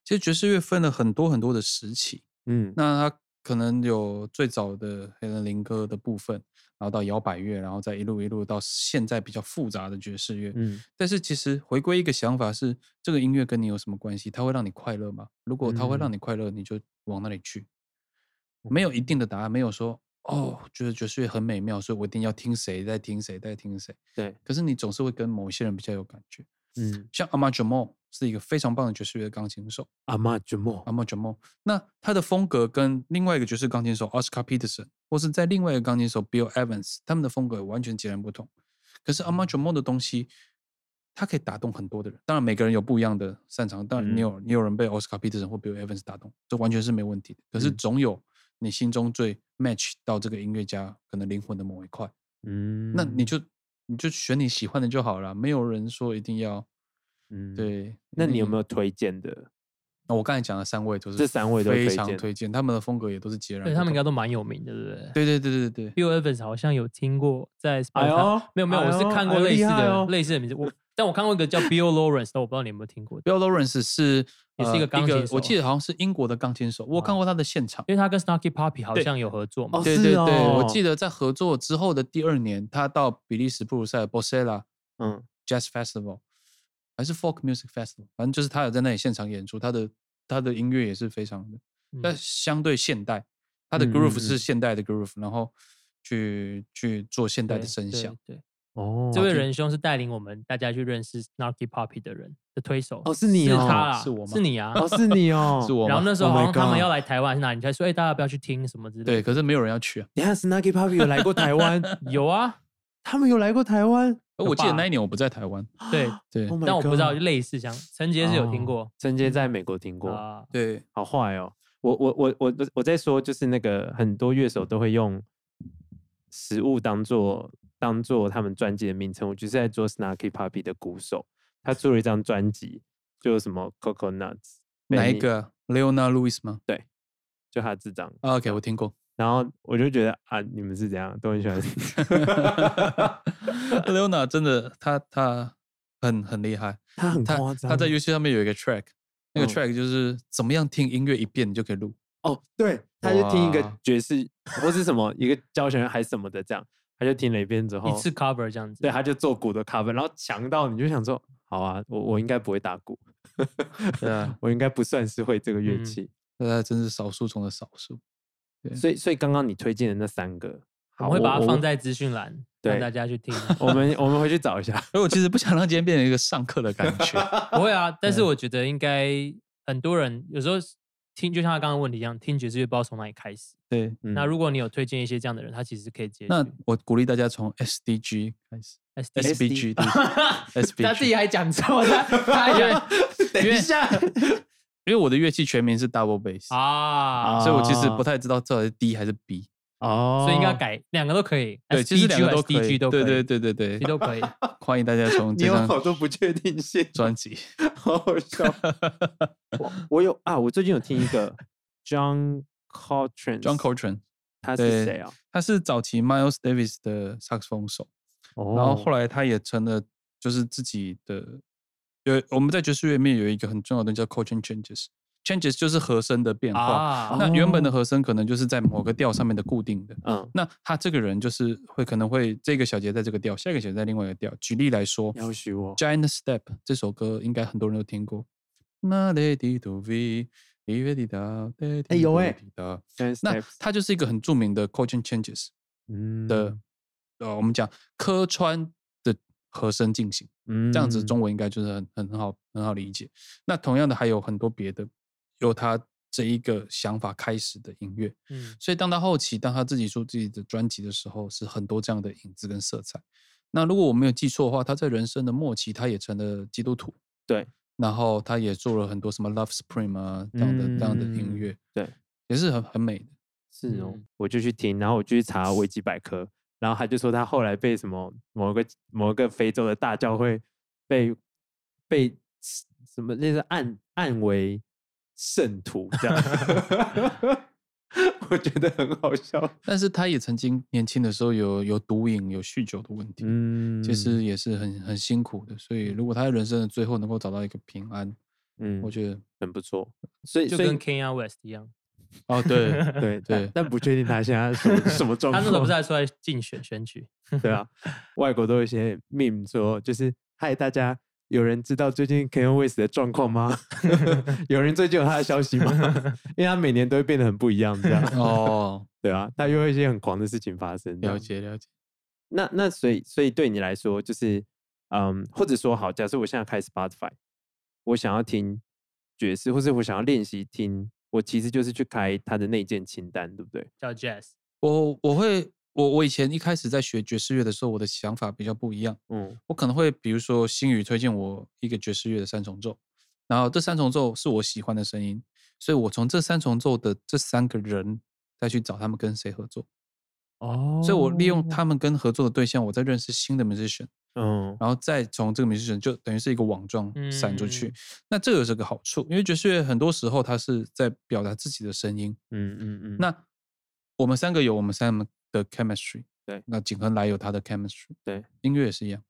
Speaker 3: 其实爵士乐分了很多很多的时期，
Speaker 1: 嗯
Speaker 3: 那它可能有最早的黑人灵歌的部分，然后到摇摆乐，然后再一路一路到现在比较复杂的爵士乐。
Speaker 1: 嗯
Speaker 3: 但是其实回归一个想法是，这个音乐跟你有什么关系？它会让你快乐吗？如果它会让
Speaker 1: 嗯
Speaker 3: 你快乐，你就往那里去。没有一定的答案，没有说哦，觉得爵士乐很美妙，所以我一定要听谁在听谁在听谁。
Speaker 1: 对，
Speaker 3: 可是你总是会跟某些人比较有感觉，
Speaker 1: 嗯，
Speaker 3: 像阿玛 Jamal 是一个非常棒的爵士乐钢琴手，
Speaker 1: 阿妈卷莫
Speaker 3: 阿，玛 Jamal，那他的风格跟另外一个爵士钢琴手 Oscar Peterson，或是在另外一个钢琴手 Bill Evans，他们的风格完全截然不同。可是阿玛 Jamal 的东西，他可以打动很多的人。当然，每个人有不一样的擅长，当
Speaker 1: 嗯
Speaker 3: 然你有、你有人被 Oscar Peterson 或 Bill Evans 打动，这完全是没问题的。可是
Speaker 1: 嗯
Speaker 3: 总有你心中最 match 到这个音乐家可能灵魂的某一块。
Speaker 1: 嗯，
Speaker 3: 那你就你就选你喜欢的就好了，没有人说一定要
Speaker 1: 嗯。
Speaker 3: 对。
Speaker 1: 那你有
Speaker 3: 有？
Speaker 1: 没有推荐的？
Speaker 3: 那我刚才讲的三位都是
Speaker 1: 这三位都
Speaker 3: 非
Speaker 1: 推
Speaker 3: 常
Speaker 1: 荐
Speaker 3: 推荐，他们的风格也都是截然不
Speaker 2: 对
Speaker 3: 同。
Speaker 2: 他们应该都蛮有名的，对不对？
Speaker 3: 对对对对对，
Speaker 2: Bill Evans 好像有听过，在 s p
Speaker 1: 哎呦
Speaker 2: 没有没有，
Speaker 1: 哎
Speaker 2: 我是
Speaker 1: 呦
Speaker 2: 看
Speaker 1: 哎
Speaker 2: 过
Speaker 1: 呦
Speaker 2: 类
Speaker 1: 厉
Speaker 2: 似
Speaker 1: 害
Speaker 2: 的
Speaker 1: 哦
Speaker 2: 类似的名字，我但我看过一个叫 Bill Lawrence 的，我不知道你有没有听过，
Speaker 3: Bill Lawrence 是
Speaker 2: 也是一
Speaker 3: 呃
Speaker 2: 个钢琴手哦
Speaker 3: 我记得好像是英国的钢琴手，我有看过他的现场。
Speaker 2: 因为他跟 Snarky Puppy 好
Speaker 3: 对
Speaker 2: 像有合作嘛
Speaker 1: 哦。
Speaker 3: 对
Speaker 1: 是
Speaker 3: 对对，我
Speaker 1: 哦
Speaker 3: 记得在合作之后的第二年，他到比利时布鲁塞尔 b o s e l a
Speaker 1: 嗯
Speaker 3: Jazz Festival 还是 Folk Music Festival，反正就是他有在那里现场演出，他的他的音乐也是非常的，
Speaker 2: 嗯
Speaker 3: 但相对现代，他的
Speaker 1: 嗯嗯
Speaker 3: groove
Speaker 1: 嗯
Speaker 3: 是现代的 groove，然后去去做现代的声响。。
Speaker 2: 对对对，
Speaker 1: 哦，
Speaker 2: 这位仁兄是带领我们大家去认识 Snarky Puppy 的人的推手。
Speaker 1: 哦是你
Speaker 2: 是
Speaker 1: 哦
Speaker 2: 他啦，
Speaker 3: 是我吗
Speaker 2: 是你啊。
Speaker 1: 哦是你哦，
Speaker 3: 是我
Speaker 2: 然后
Speaker 3: 吗
Speaker 2: 那时候
Speaker 1: Oh
Speaker 2: 好
Speaker 1: my
Speaker 2: 像他们
Speaker 1: God
Speaker 2: 要来台湾还是哪里，你才说哎大家不要去听什么之类
Speaker 3: 对，
Speaker 2: 的。
Speaker 3: 可是没有人要去啊。
Speaker 1: 等一下 Snuggy Puppy 有来过台湾，
Speaker 2: 有啊，
Speaker 1: 他们有来过台湾，
Speaker 3: 而
Speaker 2: 有
Speaker 3: 我记得
Speaker 2: 吧
Speaker 3: 那一年我不在台湾，
Speaker 2: 对，
Speaker 3: 对
Speaker 1: Oh my
Speaker 2: 但我不知道
Speaker 1: God
Speaker 2: 类似像陈杰是有听
Speaker 1: 哦
Speaker 2: 过
Speaker 1: 曾杰在美国听过，
Speaker 2: 啊，
Speaker 3: 对，
Speaker 1: 好坏哦。我我我我我在说，就是那个很多乐手都会用食物当做当做他们专辑的名称。我就是在做 Snarky Puppy 的鼓手，他出了一张专辑，就什么 Coconuts，
Speaker 3: 哪一
Speaker 1: Benny，
Speaker 3: 个啊？Leona Lewis 吗
Speaker 1: 就他这张。
Speaker 3: 啊？OK，我听 过
Speaker 1: 然后我就觉得啊，你们是怎样都很喜 欢
Speaker 3: Leona，真的，他他很很厉害，
Speaker 1: 他很
Speaker 3: 他
Speaker 1: 夸张，
Speaker 3: 他在 YouTube 上面有一个 track，那个
Speaker 1: 嗯
Speaker 3: track 就是怎么样听音乐一遍你就可 以录。
Speaker 1: 哦，对，他就听一个
Speaker 3: 哇
Speaker 1: 爵士或是什么一个交响乐还是什么的这样，他就听了一遍之后，
Speaker 2: 一次 cover 这样子。
Speaker 1: 对，他就做鼓的 cover，然后强到你就想说，好啊，我我应该不会打鼓，
Speaker 3: 对啊，
Speaker 1: 我应该不算是会这个乐
Speaker 2: 嗯
Speaker 1: 器，
Speaker 3: 那他真是少数中的少数。对
Speaker 1: 所以所以刚刚你推荐的那三个，
Speaker 2: 我
Speaker 1: 好
Speaker 2: 们会把它放。
Speaker 1: 我
Speaker 2: 在资讯栏，
Speaker 1: 对
Speaker 2: 让 大家去听。啊
Speaker 1: 我们我们回去找一下，
Speaker 3: 所以我其实不想让今天变成一个上课的感 觉。
Speaker 2: 不会啊，
Speaker 3: 嗯
Speaker 2: 但是我觉得应该很多人有时候听，就像他刚刚的问题一样，听爵士乐不知道从哪里开始。
Speaker 3: 对，
Speaker 2: 那
Speaker 1: 嗯
Speaker 2: 如果你有推荐一些这样的人，他其实可以接
Speaker 3: 那
Speaker 2: 续
Speaker 3: 我鼓励大家从 SDG 开始
Speaker 2: SD。
Speaker 3: ，SBG，
Speaker 2: 他
Speaker 3: SBG，
Speaker 2: 自己还讲错，他他
Speaker 3: 因为
Speaker 2: 还
Speaker 1: 等一下，
Speaker 3: 因为我的乐器全名是 double bass，
Speaker 2: 啊，
Speaker 1: 啊
Speaker 3: 所以我其实不太知道这到底是 D 还是 B。
Speaker 1: 哦，
Speaker 2: 所以应该改两个都可以。
Speaker 3: 对，其实两个都可
Speaker 2: DG
Speaker 3: 以。
Speaker 2: 都可
Speaker 3: 对
Speaker 2: 以
Speaker 3: 对对对对，
Speaker 2: ，DG 都 可以。
Speaker 3: 欢迎大家 从
Speaker 1: 你
Speaker 3: 这
Speaker 1: 有
Speaker 3: 张
Speaker 1: 好多不确定性，
Speaker 3: 专辑。
Speaker 1: 好好 笑。我我有啊，我最近有听一个 John Coltrane。
Speaker 3: John Coltrane，
Speaker 1: 他
Speaker 3: 对
Speaker 1: 是谁啊？
Speaker 3: 他是早期 Miles Davis 的萨克斯风手，
Speaker 1: 然
Speaker 3: 然后后来他也成了就是自己的有我们在爵士乐里面有一个很重要的叫 Coltrane changes。Changes 就是和声的变化，
Speaker 2: 啊
Speaker 3: 那原本的和声可能就是在某个调上面的固定的。
Speaker 1: 嗯，
Speaker 3: 那他这个人就是会可能会这个小节在这个调，下一个小节在另外一个调。举例来说，
Speaker 1: 要许我
Speaker 3: Giant Step 这首歌应该很多人都听过。那 Lady Do V，
Speaker 1: 哎有哎
Speaker 3: 那
Speaker 1: Giant Steps
Speaker 3: 它就是一个很著名的 Coltrane Changes
Speaker 1: 嗯
Speaker 3: 的，呃，我们讲科川的和声进行，
Speaker 1: 这
Speaker 3: 这样子中文应该就是很很很好很好理解。那同样的还有很多别的，有它这一个想法开始的音乐。
Speaker 2: 嗯
Speaker 3: 所以当他后期当他自己出自己的专辑的时候，是很多这样的影子跟色彩。那如果我没有记错的话，他在人生的末期，他也成了基督徒。
Speaker 1: 对，
Speaker 3: 然后他也做了很多什么 Love Supreme 啊这样的、这样的音
Speaker 1: 嗯
Speaker 3: 乐，
Speaker 1: 对，
Speaker 3: 也是很很美的。
Speaker 1: 是哦
Speaker 2: 嗯，
Speaker 1: 我就去听，然后我就去查维基百科，然后他就说他后来被什么某个某个非洲的大教会被被什么那是暗暗为圣徒这样， 我觉得很好笑。
Speaker 3: 但是他也曾经年轻的时候有有毒瘾、有酗酒的问题，
Speaker 1: 嗯
Speaker 3: 其实也是很很辛苦的。所以如果他在人生的最后能够找到一个平安，
Speaker 1: 嗯，
Speaker 3: 我
Speaker 1: 得
Speaker 3: 觉得
Speaker 1: 很不错。所以
Speaker 2: 就
Speaker 1: 所以，
Speaker 2: 跟 Kanye West 一 样，
Speaker 3: 哦，对
Speaker 1: 对
Speaker 3: 对
Speaker 1: 但但不确定他现在什么什么状
Speaker 2: 他
Speaker 1: 况。
Speaker 2: 那时候不是还出来竞选选举？
Speaker 1: 对啊，外国都有一些 meme 说，就是嗨，大家有人知道最近 Kanye West 的状况吗？ 有人追究他的消息吗？ 因为他每年都会变得很不一样，这样
Speaker 3: 哦，
Speaker 1: 对啊，他又会有一些很狂的事情发生。这
Speaker 3: 了
Speaker 1: 样。
Speaker 3: 解了解。
Speaker 1: 那那所以所以对你来说，就是嗯，或者说好，假设我现在开 Spotify，我想要听爵士，或是我想要练习听，我其实就是去开他的内建清单，对不对？
Speaker 2: 叫 Jazz，
Speaker 3: 我我会我我以前一开始在学爵士乐的时候，我的想法比较不一样。
Speaker 1: 嗯
Speaker 3: 我可能会比如说星宇推荐我一个爵士乐的三重奏，然后这三重奏是我喜欢的声音，所以我从这三重奏的这三个人再去找他们跟谁合作，
Speaker 1: 哦
Speaker 3: 所以我利用他们跟合作的对象，我在认识新的 musician，
Speaker 1: 嗯
Speaker 3: 然后再从这个 musician 就等于是一个网状散出去。
Speaker 2: 嗯
Speaker 3: 那这个有这个好处，因为爵士乐很多时候它是在表达自己的声音，
Speaker 1: 嗯嗯嗯，
Speaker 3: 那我们三个有我们三个的 chemistry，
Speaker 1: 对
Speaker 3: 那景恒来有他的 chemistry，
Speaker 1: 对，
Speaker 3: 音乐也是一样。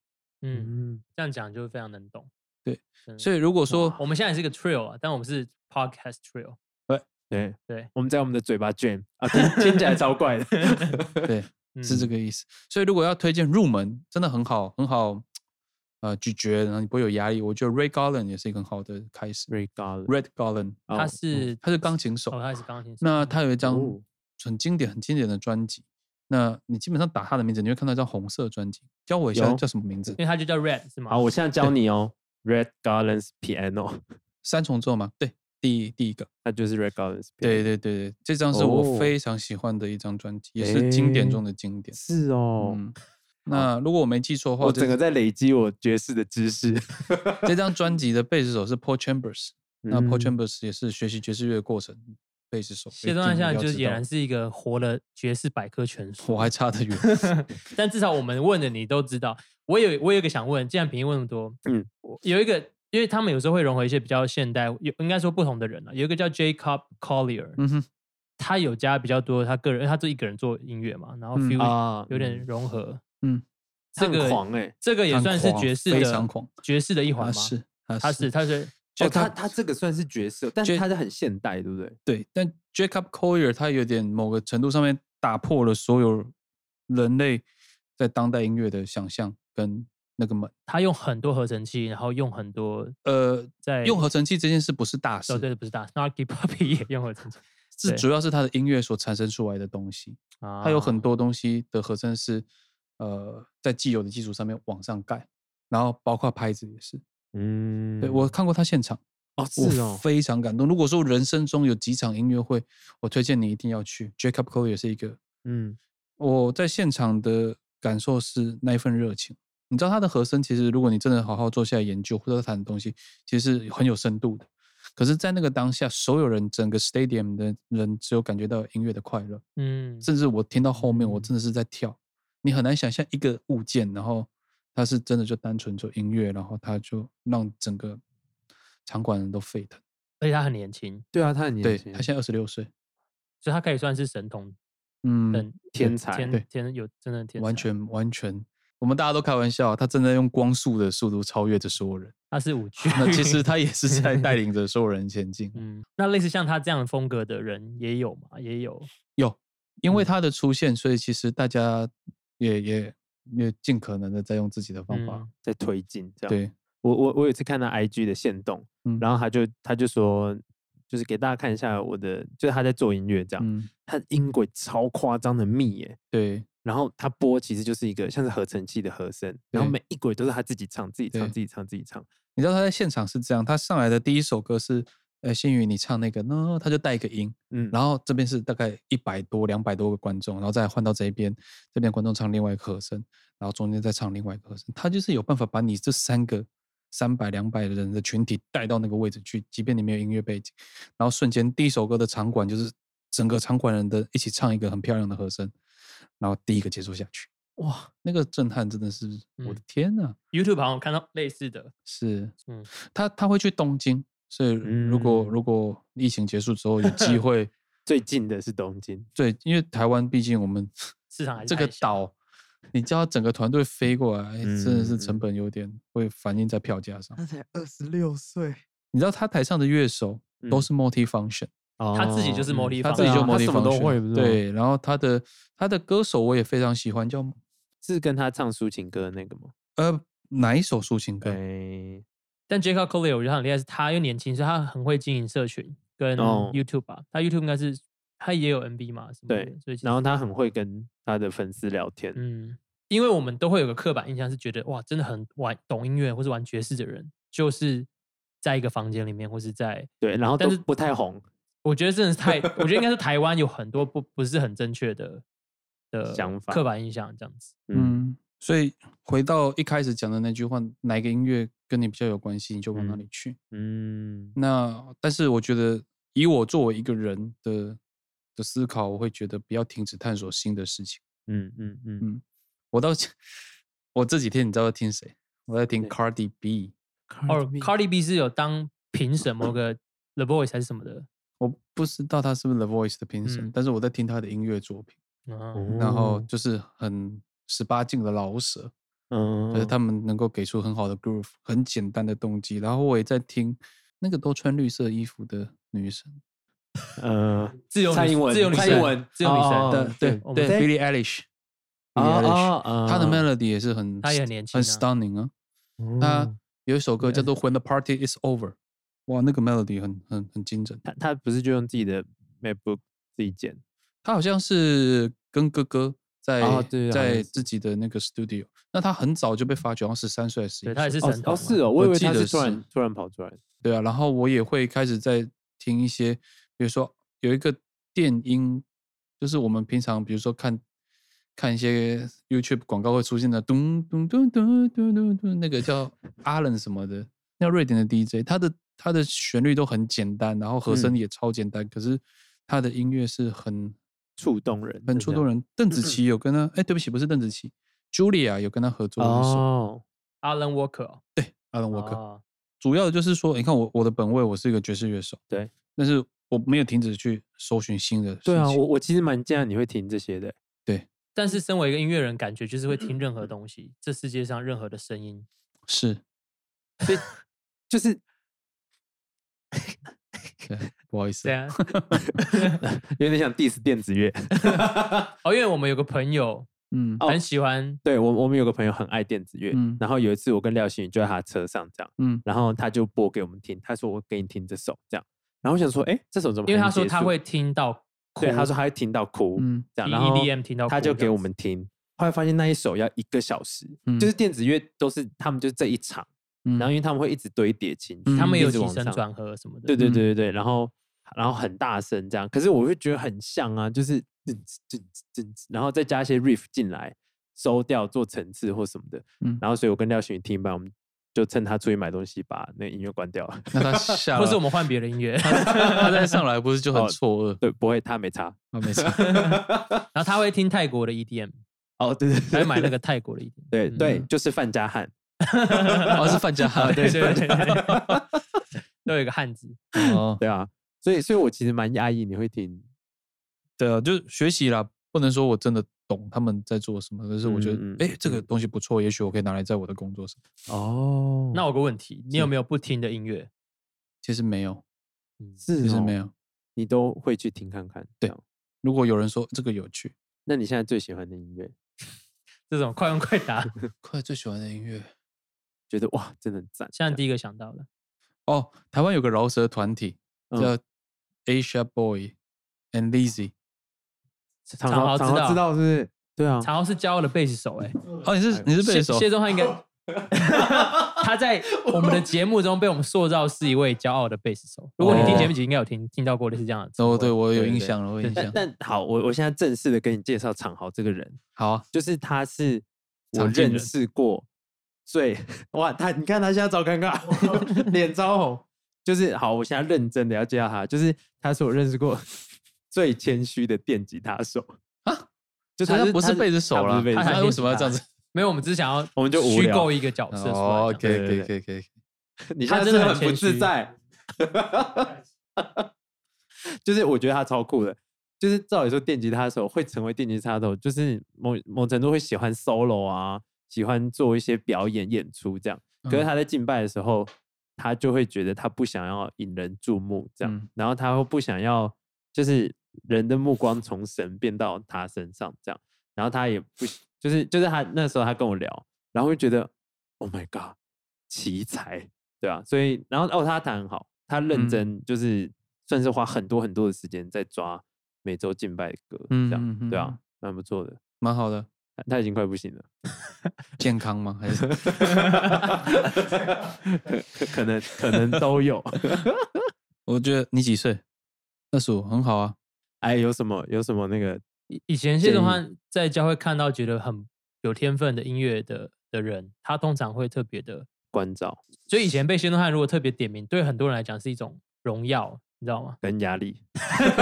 Speaker 2: 嗯，
Speaker 1: 嗯
Speaker 2: 这样讲就非常能懂。
Speaker 3: 对
Speaker 2: 真的，
Speaker 3: 所以如果说
Speaker 2: 我们现在也是个 trio 啊，但我们是 podcast trio。
Speaker 3: 嗯
Speaker 1: 对
Speaker 2: 对，
Speaker 1: 我们在我们的嘴巴卷啊，听听起来超怪的。
Speaker 3: 对，是这
Speaker 2: 嗯
Speaker 3: 个意思。所以如果要推荐入门，真的很好，很好，呃，咀嚼，然后你不会有压力。我觉得 Ray Garland 也是一个很好的开始。
Speaker 1: Ray Garland，
Speaker 3: Red Garland，
Speaker 1: 哦
Speaker 2: 他
Speaker 1: 嗯
Speaker 2: 是
Speaker 3: 他是钢琴手
Speaker 2: 哦，他是钢琴手。
Speaker 3: 那他有一张
Speaker 1: 哦
Speaker 3: 很经典、很经典的专辑。那你基本上打他的名字，你会看到一张红色的专辑。教我一下
Speaker 1: 有
Speaker 3: 叫什么名字
Speaker 2: 因？为他就叫 Red 是吗？
Speaker 1: 好，我现在教你哦，Red Garland's Piano，
Speaker 3: 三重奏吗？对，第一第一个。
Speaker 1: 它就是 Red Garland's Piano。
Speaker 3: 对，对对对，这张是我
Speaker 1: 哦
Speaker 3: 非常喜欢的一张专辑，也是经典中
Speaker 1: 诶
Speaker 3: 的经典。
Speaker 1: 是哦，
Speaker 3: 嗯，那如果我没记错的话，
Speaker 1: 我
Speaker 3: 这
Speaker 1: 整个在累积我爵士的知识。
Speaker 3: 这张专辑的贝斯手是 Paul Chambers，那
Speaker 1: 嗯
Speaker 3: Paul Chambers 也是学习爵士乐的过程贝斯手。
Speaker 2: 谢
Speaker 3: 一
Speaker 2: 东汉
Speaker 3: 定
Speaker 2: 嗯现在
Speaker 3: 要
Speaker 2: 就
Speaker 3: 知
Speaker 2: 是俨
Speaker 3: 道
Speaker 2: 然是一个活的爵士百科全书。
Speaker 3: 我还差 得远。
Speaker 2: 但至少我们问的你都知道。我有我有一个想问，既然平易问那么多，
Speaker 1: 嗯
Speaker 2: 我，有一个，因为他们有时候会融合一些比较现代，有应该说不同的人啊。有一个叫 Jacob Collier，、
Speaker 3: 嗯哼，
Speaker 2: 他有加比较多他个人，因为他就一个人做音乐嘛，然后
Speaker 3: 嗯
Speaker 2: fusion、
Speaker 1: 啊
Speaker 2: 有点
Speaker 1: 嗯
Speaker 2: 融合，
Speaker 3: 嗯，
Speaker 2: 这
Speaker 1: 很
Speaker 2: 个
Speaker 1: 狂欸
Speaker 2: 这个也
Speaker 3: 很
Speaker 2: 算是
Speaker 3: 狂
Speaker 2: 爵士的
Speaker 3: 非常狂
Speaker 2: 爵士的一环
Speaker 3: 他
Speaker 2: 吗？
Speaker 3: 是，
Speaker 2: 他是，他是
Speaker 1: 哦，
Speaker 3: Jacob-
Speaker 1: 他他这个算是爵士，哦但是
Speaker 3: Jac-
Speaker 1: 他是很现代，对不对？
Speaker 3: 对，但 Jacob Collier 他有点某个程度上面打破了所有人类在当代音乐的想象跟那个门。
Speaker 2: 他用很多合成器，然后用很多
Speaker 3: 呃，
Speaker 2: 在
Speaker 3: 用合成器这件事不是大事
Speaker 2: 哦，，对，不是大 Snarky Puppy 也用合成器，
Speaker 3: 是
Speaker 2: 对
Speaker 3: 主要是他的音乐所产生出来的东西。
Speaker 2: 啊
Speaker 3: 它有很多东西的合成是呃在既有的基础上面往上盖，然后包括拍子也是。
Speaker 1: 嗯
Speaker 3: 对我看过他现场，
Speaker 1: 哦是
Speaker 3: 我
Speaker 1: 哦，
Speaker 3: 非常感动。如果说人生中有几场音乐会，我推荐你一定要去。Jacob Cole 也是一个，
Speaker 1: 嗯
Speaker 3: 我在现场的感受是那一份热情。你知道他的和声，其实如果你真的好好坐下来研究或者他弹的东西，其实是很有深度的。可是，在那个当下，所有人整个 stadium 的人只有感觉到音乐的快乐。
Speaker 2: 嗯，
Speaker 3: 甚至我听到后面，我
Speaker 1: 嗯
Speaker 3: 真的是在跳。你很难想象一个物件，然后它是真的就单纯做音乐，然后它就让整个场馆人都沸腾。
Speaker 2: 而且他很年轻，
Speaker 1: 对啊，他很
Speaker 3: 对
Speaker 1: 年轻，
Speaker 3: 他现在二十六岁，
Speaker 2: 所以他可以算是神童
Speaker 3: 嗯，
Speaker 1: 天才
Speaker 2: 天
Speaker 3: 对
Speaker 2: 天有真的天才，
Speaker 3: 完全完全，我们大家都开玩笑，他正在用光速的速度超越着所 有人。
Speaker 2: 他是 舞剧。
Speaker 3: 那其实他也是在带领着所有人前进。
Speaker 2: 嗯，那类似像他这样风格的人也有嘛，也有
Speaker 3: 有，因为
Speaker 2: 嗯
Speaker 3: 他的出现，所以其实大家也也也尽可能的在用自己的方法。
Speaker 2: 嗯
Speaker 1: 在推进这样。
Speaker 3: 对，
Speaker 1: 我我我有一次看到 IG 的线动，
Speaker 3: 嗯
Speaker 1: 然后他就他就说，就是给大家看一下我的，就是他在做音乐这样，
Speaker 3: 嗯，
Speaker 1: 他的音轨超夸张的密耶、
Speaker 3: 对，
Speaker 1: 然后他播其实就是一个像是合成器的和声，然后
Speaker 3: 对
Speaker 1: 每一轨都是他自己唱、自己唱、
Speaker 3: 对
Speaker 1: 自己唱、自己唱。
Speaker 3: 你知道他在现场是这样，他上来的第一首歌是呃，新宇你唱那个呢，他就带一个音，
Speaker 1: 嗯，
Speaker 3: 然后这边是大概一百多、两百多个观众，然后再换到这一边，这边观众唱另外一个和声，然后中间再唱另外一个和声，他就是有办法把你这三个三百、两百人的群体带到那个位置去，即便你没有音乐背景，然后瞬间第一首歌的场馆就是整个场馆人的一起唱一个很漂亮的和声，然后第一个结束下去，哇，那个震撼真的是我的
Speaker 2: 嗯
Speaker 3: 天呐、
Speaker 2: YouTube 好像有看到类似的，
Speaker 3: 是，
Speaker 2: 嗯
Speaker 3: 他他会去东京。所以，如果、
Speaker 1: 嗯
Speaker 3: 如果疫情结束之后有 机会，
Speaker 1: 最近的是东京，
Speaker 3: 对，因为台湾毕竟我们
Speaker 2: 市
Speaker 1: 啊
Speaker 2: 场还是
Speaker 3: 这个
Speaker 2: 太小
Speaker 3: 岛，你叫整个团队飞过来，真的是
Speaker 1: 嗯
Speaker 3: 成
Speaker 1: 嗯
Speaker 3: 本有点会反映在票价上。
Speaker 4: 他才二十六岁，
Speaker 3: 你知道他台上的乐手都
Speaker 1: 嗯
Speaker 3: 是 multifunction，、
Speaker 1: 他
Speaker 2: 自己就是
Speaker 1: 魔力，
Speaker 2: multi-
Speaker 3: 哦嗯他自
Speaker 2: 对
Speaker 3: 己就
Speaker 2: 啊
Speaker 3: multifunction，、
Speaker 1: 他什么都会不是吗
Speaker 3: 对，然后他的他的歌手我也非常喜欢，叫
Speaker 1: 是跟他唱抒情歌的那个吗？
Speaker 3: 呃哪一首抒情歌？
Speaker 1: 对，
Speaker 2: 但 Jacob Collier 我觉得他很厉害，是他又年轻，所以他很会经营社群跟
Speaker 1: 哦
Speaker 2: YouTube 吧。他 YouTube 应该是他也有 MV 嘛，什么的
Speaker 1: 对
Speaker 2: 所以其
Speaker 1: 然
Speaker 2: 实
Speaker 1: 后他很会跟他的粉丝聊天，
Speaker 2: 嗯，因为我们都会有个刻板印象是觉得哇，真的很玩懂音乐或是玩爵士的人，就是在一个房间里面或是在，
Speaker 1: 对，然后
Speaker 2: 但
Speaker 1: 但
Speaker 2: 是
Speaker 1: 是不太红
Speaker 2: 我觉得真的是太，我觉得应该是台湾有很多不不是很正确的的
Speaker 1: 想法
Speaker 2: 刻板印象这样子。
Speaker 1: 嗯
Speaker 3: 嗯，所以回到一开始讲的那句话，哪一个音乐跟你比较有关系，你就往哪
Speaker 1: 嗯
Speaker 3: 里去。
Speaker 1: 嗯
Speaker 3: 那但是我觉得，以我作为一个人的的思考，我会觉得不要停止探索新的事情。
Speaker 1: 嗯嗯嗯
Speaker 3: 嗯我到现我这几天你知道在听谁？我在听
Speaker 1: 谁
Speaker 3: Cardi B，
Speaker 1: 嗯
Speaker 2: 哦
Speaker 4: Cardi B
Speaker 2: ，Cardi B 是有当评审某个 The Voice 还是什么的，
Speaker 3: 我不知道他是不是 The Voice 的评审，
Speaker 2: 嗯
Speaker 3: 但是我在听他的音乐作品，
Speaker 2: 嗯，
Speaker 3: 然后
Speaker 1: 哦
Speaker 3: 就是很十八禁的老舍，
Speaker 1: 嗯，
Speaker 3: 就是他们能够给出很好的 groove，很简单的动机。然后我也在听那个都穿绿色衣服的女神
Speaker 1: 呃
Speaker 2: 自由
Speaker 1: 蔡
Speaker 2: 女
Speaker 1: 英文
Speaker 2: 自由女
Speaker 1: 蔡
Speaker 2: 神
Speaker 1: 英文
Speaker 2: 自由女神
Speaker 1: 哦
Speaker 3: 的，对
Speaker 2: 我们
Speaker 3: 对
Speaker 1: 在
Speaker 3: ，Billie Eilish。
Speaker 1: 哦
Speaker 3: Billie Eilish，
Speaker 1: 哦哦
Speaker 3: 她的 melody 也是很，
Speaker 2: 嗯她也很年轻啊嗯
Speaker 3: 很 stunning 啊。她
Speaker 1: 哦
Speaker 3: 有一首歌叫
Speaker 2: 对
Speaker 3: 做《When the Party Is Over》，哇，那个 melody 很很很精准。
Speaker 1: 他他不是就用自己的 MacBook 自己剪，
Speaker 3: 他好像是跟哥哥在、
Speaker 2: 啊
Speaker 1: 哦对好像
Speaker 3: 在
Speaker 1: 是
Speaker 3: 自己的那个 studio，那他很早就被发掘，好像十三岁还是
Speaker 2: 对
Speaker 3: 11
Speaker 2: 他也
Speaker 3: 岁
Speaker 2: 是
Speaker 1: 哦
Speaker 2: 神童
Speaker 1: 哦
Speaker 2: 啊
Speaker 1: 是哦，我以
Speaker 3: 我
Speaker 1: 为
Speaker 3: 记
Speaker 1: 他
Speaker 3: 得
Speaker 1: 是突然
Speaker 3: 是
Speaker 1: 突然跑出来的，
Speaker 3: 对啊，然后我也会开始在听一些，比如说有一个电音，就是我们平常比如说看看一些 YouTube 广告会出现的咚咚咚咚咚咚咚，那个 叫 Alan 什么的，那瑞典的 DJ，他的他的旋律都很简单，然后和声
Speaker 1: 嗯
Speaker 3: 也超简单，可是他的音乐是很
Speaker 1: 触动人的这样，嗯
Speaker 3: 很触动人。邓紫棋有跟他，哎、对不起，不是邓紫棋，Julia 有跟他合作了一首。
Speaker 1: 哦，
Speaker 2: Alan Walker 哦。
Speaker 3: 阿伦沃克，
Speaker 2: 哦
Speaker 3: 主要的就是说，你看我我的本位，我是一个爵士乐手，
Speaker 1: 对，
Speaker 3: 但是我没有停止去搜寻新的事情。
Speaker 1: 对啊，我我其实蛮惊讶你会听这些的，
Speaker 2: 但是身为一个音乐人，感觉就是会
Speaker 1: 嗯
Speaker 2: 听任何东西，这世界上任何的声音。
Speaker 3: 是，
Speaker 1: 就是
Speaker 3: 对，不好意思
Speaker 2: 对，啊，
Speaker 1: 有点想 diss 电子乐。
Speaker 2: 哦，因为我们有个朋友
Speaker 3: 嗯
Speaker 1: 哦
Speaker 2: 很喜欢，
Speaker 1: 对我，我们有个朋友很爱电子乐，
Speaker 3: 嗯
Speaker 1: 然后有一次我跟廖星宇就在他的车上这样，
Speaker 3: 嗯，
Speaker 1: 然后他就播给我们听，他说我给你听这首这样，然后我想说，哎，这首怎么还没结束？
Speaker 2: 因为他说他会听到哭，
Speaker 1: 对，他说他会听到哭，
Speaker 3: 嗯
Speaker 1: 这样，
Speaker 2: 听
Speaker 1: 然后
Speaker 2: EDM E 听到
Speaker 1: 他
Speaker 2: 哭
Speaker 1: 就
Speaker 2: 这
Speaker 1: 给
Speaker 2: 样
Speaker 1: 我
Speaker 2: 子
Speaker 1: 们听，后来发现那一首要一个小时，
Speaker 3: 嗯
Speaker 1: 就是电子乐都是他们就这一场，
Speaker 3: 嗯
Speaker 1: 然后因为他们会一直堆叠情绪，
Speaker 3: 嗯
Speaker 2: 他们有
Speaker 1: 一直
Speaker 2: 起
Speaker 1: 往
Speaker 2: 承
Speaker 1: 上
Speaker 2: 转合什么的。
Speaker 1: 对对
Speaker 3: 嗯
Speaker 1: 对对对，然后然后很大声这样，可是我会觉得很像啊，就是然后再加一些 riff 进来，收掉做层次或什么的，
Speaker 3: 嗯
Speaker 1: 然后所以我跟廖雪听一半，我们就趁他出去买东西把那音乐关掉 了，
Speaker 3: 那他下
Speaker 2: 或
Speaker 3: 来，
Speaker 2: 是我们换别的音乐，
Speaker 3: 他再上来不是就很
Speaker 1: 哦
Speaker 3: 错愕？
Speaker 1: 对，不会他没差，
Speaker 3: 啊， 没错，
Speaker 2: 然后他会听泰国的 EDM，
Speaker 1: 哦对对
Speaker 2: 他
Speaker 1: 对
Speaker 2: 会买那个泰国的 E EDM。
Speaker 1: 对对
Speaker 3: 嗯，
Speaker 1: 就是范家汉，
Speaker 3: 哦是范家
Speaker 2: 啊，
Speaker 3: 汉，
Speaker 2: 对对
Speaker 3: 范
Speaker 2: 对
Speaker 3: 家
Speaker 2: 对，都有一个汉字。
Speaker 3: 汉 哦，
Speaker 1: 对啊，所以所以我其实蛮压抑，你会听，
Speaker 3: 对啊，就是学习啦，不能说我真的懂他们在做什么，但是我觉得
Speaker 1: 嗯嗯，
Speaker 3: 哎、这个
Speaker 1: 嗯
Speaker 3: 东西不错，也许我可以拿来在我的工作上。
Speaker 1: 哦
Speaker 2: 那我有个问题，你有没有不听的音乐？
Speaker 3: 其实没有，
Speaker 2: 嗯，
Speaker 1: 是
Speaker 3: 其实
Speaker 1: 哦
Speaker 3: 没，有。
Speaker 1: 你都会去听看看，这
Speaker 3: 对
Speaker 1: 样，
Speaker 3: 如果有人说这个有趣，
Speaker 1: 那你现在最喜欢的音乐，
Speaker 2: 这种快问快答，
Speaker 3: 快最喜欢的音乐
Speaker 1: 觉得哇真的很赞，
Speaker 2: 现在第一个想到了。
Speaker 3: 哦，台湾有个饶舌团体
Speaker 1: 嗯
Speaker 3: 叫 Asia Boy and Lizzy，
Speaker 1: 常
Speaker 2: 常豪
Speaker 1: 豪
Speaker 2: 知
Speaker 1: 常豪
Speaker 2: 道
Speaker 1: 知道是不是？对啊，
Speaker 2: 常豪是骄傲的贝斯手哎、
Speaker 3: 哦，你是你是贝斯
Speaker 2: 谢
Speaker 3: 手
Speaker 2: 谢宗翰应该他在我们的节目中被我们塑造是一位骄傲的贝斯手。如果你听
Speaker 1: 哦
Speaker 2: 节目集，应该有听听到过类似这样的词汇。
Speaker 3: 哦，对我有
Speaker 1: 对
Speaker 3: 印
Speaker 1: 对
Speaker 3: 象了，我有印
Speaker 1: 但
Speaker 3: 象。
Speaker 1: 但好，我我现在正式的跟你介绍场豪这个人，
Speaker 3: 好啊，
Speaker 1: 就是他是我
Speaker 3: 常见
Speaker 1: 认
Speaker 3: 人
Speaker 1: 识过最哇，他你看他现在超尴尬，脸超红。就是好，我现在认真的要介绍他，就是他是我认识过 最谦虚的电吉他手
Speaker 3: 啊，
Speaker 1: 就
Speaker 3: 所以
Speaker 1: 他
Speaker 3: 他
Speaker 1: 是
Speaker 3: 不是贝斯手
Speaker 1: 啦
Speaker 3: 啦，
Speaker 1: 贝斯
Speaker 2: 他才
Speaker 1: 手
Speaker 3: 他为什么要这样子？
Speaker 2: 没有，我们只是想要
Speaker 1: 我们就无聊
Speaker 2: 虚构一个角色出来这样。
Speaker 3: 哦，可以可以可以可以，
Speaker 1: 你现在
Speaker 2: 他真
Speaker 1: 是
Speaker 2: 的很
Speaker 1: 很不
Speaker 2: 谦
Speaker 1: 自
Speaker 2: 虚
Speaker 1: 在。 就是我觉得他超酷的，就是照理说电吉他手会成为电吉他手，就是某某程度会喜欢 solo 啊，喜欢做一些表演演出这样。可是
Speaker 3: 嗯
Speaker 1: 他在敬拜的时候，他就会觉得他不想要引人注目这样，
Speaker 3: 嗯
Speaker 1: 然后他会不想要就是人的目光从神变到他身上这样，然后他也不就是就是他那时候他跟我聊，然后就觉得 Oh my God，奇才，对啊，所以然后哦，他弹很好，他认
Speaker 3: 嗯
Speaker 1: 真，就是算是花很多很多的时间在抓每周敬拜的歌，这样、
Speaker 3: 嗯嗯
Speaker 1: 对
Speaker 3: 嗯
Speaker 1: 啊，蛮不错的。
Speaker 3: 蛮好的。
Speaker 1: 他他已经快不行了，
Speaker 3: 健康吗？还 是
Speaker 1: 可能可能都有。
Speaker 3: 我觉得你几岁？二十五，很好啊。
Speaker 1: 哎，有什么有什么那个
Speaker 2: 以以前谢
Speaker 1: 建
Speaker 2: 东
Speaker 1: 议
Speaker 2: 汉在教会看到觉得很有天分的音乐的的人，他通常会特别的，
Speaker 1: 关照
Speaker 2: 所以以前被谢东汉如果特别点名，对很多人来讲是一种荣耀，你知道 吗？
Speaker 1: 跟压力？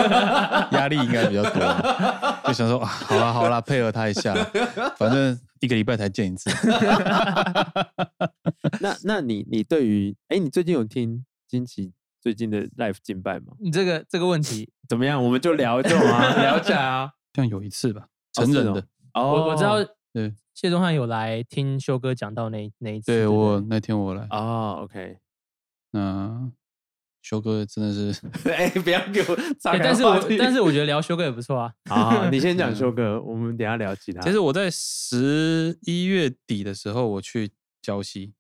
Speaker 3: 压力应该比较多啊，就想说啊，好啦好啦，配合他一下啦，反正一个礼拜才见一 次。
Speaker 1: 那那你你对于哎，你最近有听金奇最近的 live 敬拜吗？
Speaker 2: 你这个这个问题，
Speaker 1: 怎么样？我们就聊这种 啊，聊起来啊。
Speaker 3: 像有一次吧，成人的，
Speaker 1: 哦，
Speaker 2: 我我知道
Speaker 3: 对
Speaker 2: 谢东汉有来听修哥讲到那那一次，
Speaker 3: 对
Speaker 2: 不
Speaker 3: 我那天我来，
Speaker 1: 哦，OK。
Speaker 3: 那修哥真的是
Speaker 1: 哎，不要哎给我岔
Speaker 2: 对
Speaker 1: 开
Speaker 2: 但是
Speaker 1: 话
Speaker 2: 我
Speaker 1: 题
Speaker 2: 但是我觉得聊修哥也不错啊，
Speaker 1: 啊，你先讲修哥，我们等一下聊其他。
Speaker 2: 啊
Speaker 3: 其实我在十一月底的时候，我去礁溪，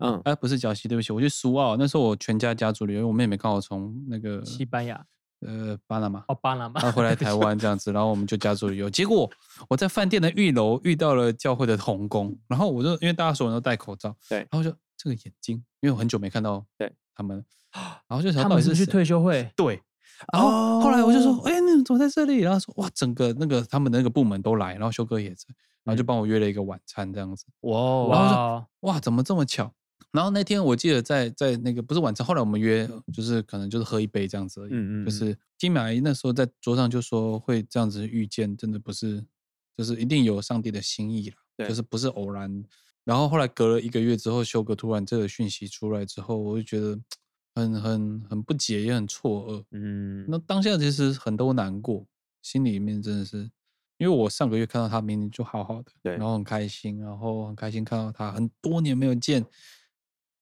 Speaker 1: 嗯，
Speaker 3: 哎、不是礁溪，对不起，我去苏澳。那时候我全家家族旅游，因为我妹妹刚好从那
Speaker 1: 嗯
Speaker 3: 个
Speaker 2: 西班牙
Speaker 3: 呃巴拿马，
Speaker 2: 哦巴拿马
Speaker 3: 她回来台湾这样子，然后我们就家族旅游。结果我在饭店的浴楼遇到了教会的童工，然后我就因为大家所有人都戴口罩，
Speaker 1: 对
Speaker 3: 然后我就这个眼睛，因为我很久没看到
Speaker 1: 对
Speaker 3: 他们了，然后就 想
Speaker 2: 啊他
Speaker 3: 到
Speaker 2: 们
Speaker 3: 底
Speaker 2: 是不
Speaker 3: 是
Speaker 2: 是去
Speaker 3: 谁
Speaker 2: 退休会，哦
Speaker 3: 对。然后后来我就说
Speaker 1: 哦：“
Speaker 3: 哎、你们怎么在这里？”然后说：“哇，整个那个他们的那个部门都来，然后修哥也在，然
Speaker 1: 嗯
Speaker 3: 后就帮我约了一个晚餐这样子。
Speaker 1: 哇哦
Speaker 3: 然后就
Speaker 2: 哇，
Speaker 3: 哇，怎么这么巧？然后那天我记得在在那个不是晚餐，后来我们约就是可能就是喝一杯这样子而已。
Speaker 1: 嗯嗯嗯
Speaker 3: 就是金马姨那时候在桌上就说会这样子遇见，真的不是，就是一定有上帝的心意啦，
Speaker 1: 对
Speaker 3: 就是不是偶然。然后后来隔了一个月之后，修哥突然这个讯息出来之后，我就觉得很很很不解，也很错愕。
Speaker 1: 嗯，
Speaker 3: 那当下其实很都难过，心里面真的是，因为我上个月看到他明明就好好的，
Speaker 1: 对
Speaker 3: 然后很开心，然后很开心看到他很多年没有见，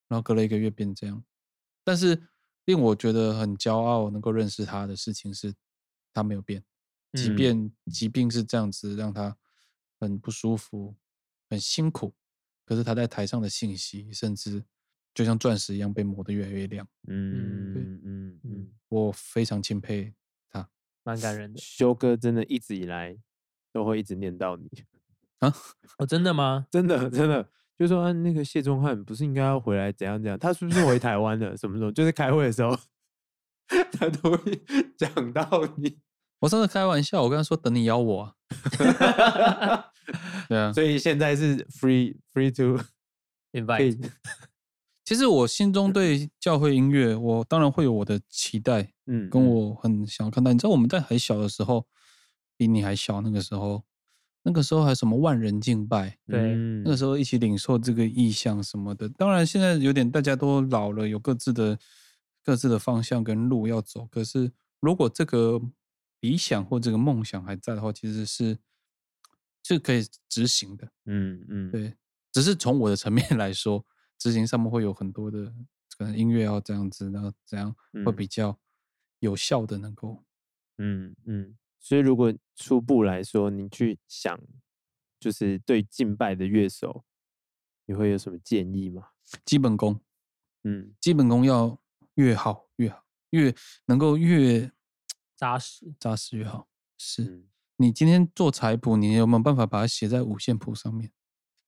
Speaker 3: 然后隔了一个月变这样。但是令我觉得很骄傲能够认识他的事情是，他没有变，即
Speaker 2: 嗯
Speaker 3: 便疾病是这样子让他很不舒服、很辛苦，可是他在台上的信息，甚至就像钻石一样被磨得越来越亮。
Speaker 1: 嗯
Speaker 2: 对
Speaker 1: 嗯嗯嗯，
Speaker 3: 我非常钦佩
Speaker 2: 蛮感人的
Speaker 1: 修哥真的一直以来都会一直念到你，
Speaker 2: 哦，真的吗？
Speaker 1: 真的真的。就说、啊、那个谢宗翰不是应该要回来怎样怎样？他是不是回台湾了？什么时候？就是开会的时候， 他都会讲到你。
Speaker 3: 我上次开玩笑，我跟他说等你邀我、啊。对啊，
Speaker 1: 所以现在是 free free to 可
Speaker 2: invite
Speaker 1: 以，
Speaker 3: 其实我心中对教会音乐，我当然会有我的期待，
Speaker 1: 嗯，
Speaker 3: 跟
Speaker 1: 嗯
Speaker 3: 我很想要看到。你知道我们在很小的时候，比你还小那个时候，那个时候还什么万人敬拜，
Speaker 2: 对
Speaker 1: 嗯
Speaker 3: 那个时候一起领受这个意象什么的。当然，现在有点大家都老了，有各自的各自的方向跟路要走。可是，如果这个理想或这个梦想还在的话，其实是是可以执行的。
Speaker 1: 嗯嗯，
Speaker 3: 对，只是从我的层面 来说，执行上面会有很多的可能音乐要这样子，然后怎样会
Speaker 1: 嗯
Speaker 3: 比较有效的能够。
Speaker 1: 嗯嗯，所以如果初步来说，你去想，就是对敬拜的乐手，你会有什么建议吗？
Speaker 3: 基本功，
Speaker 1: 嗯
Speaker 3: 基本功要越好越好，越能够越
Speaker 2: 扎实，
Speaker 3: 扎实越好。是、
Speaker 1: 嗯
Speaker 3: 你今天
Speaker 1: 嗯
Speaker 3: 做彩谱，你有没有办法把它写在五线谱上面？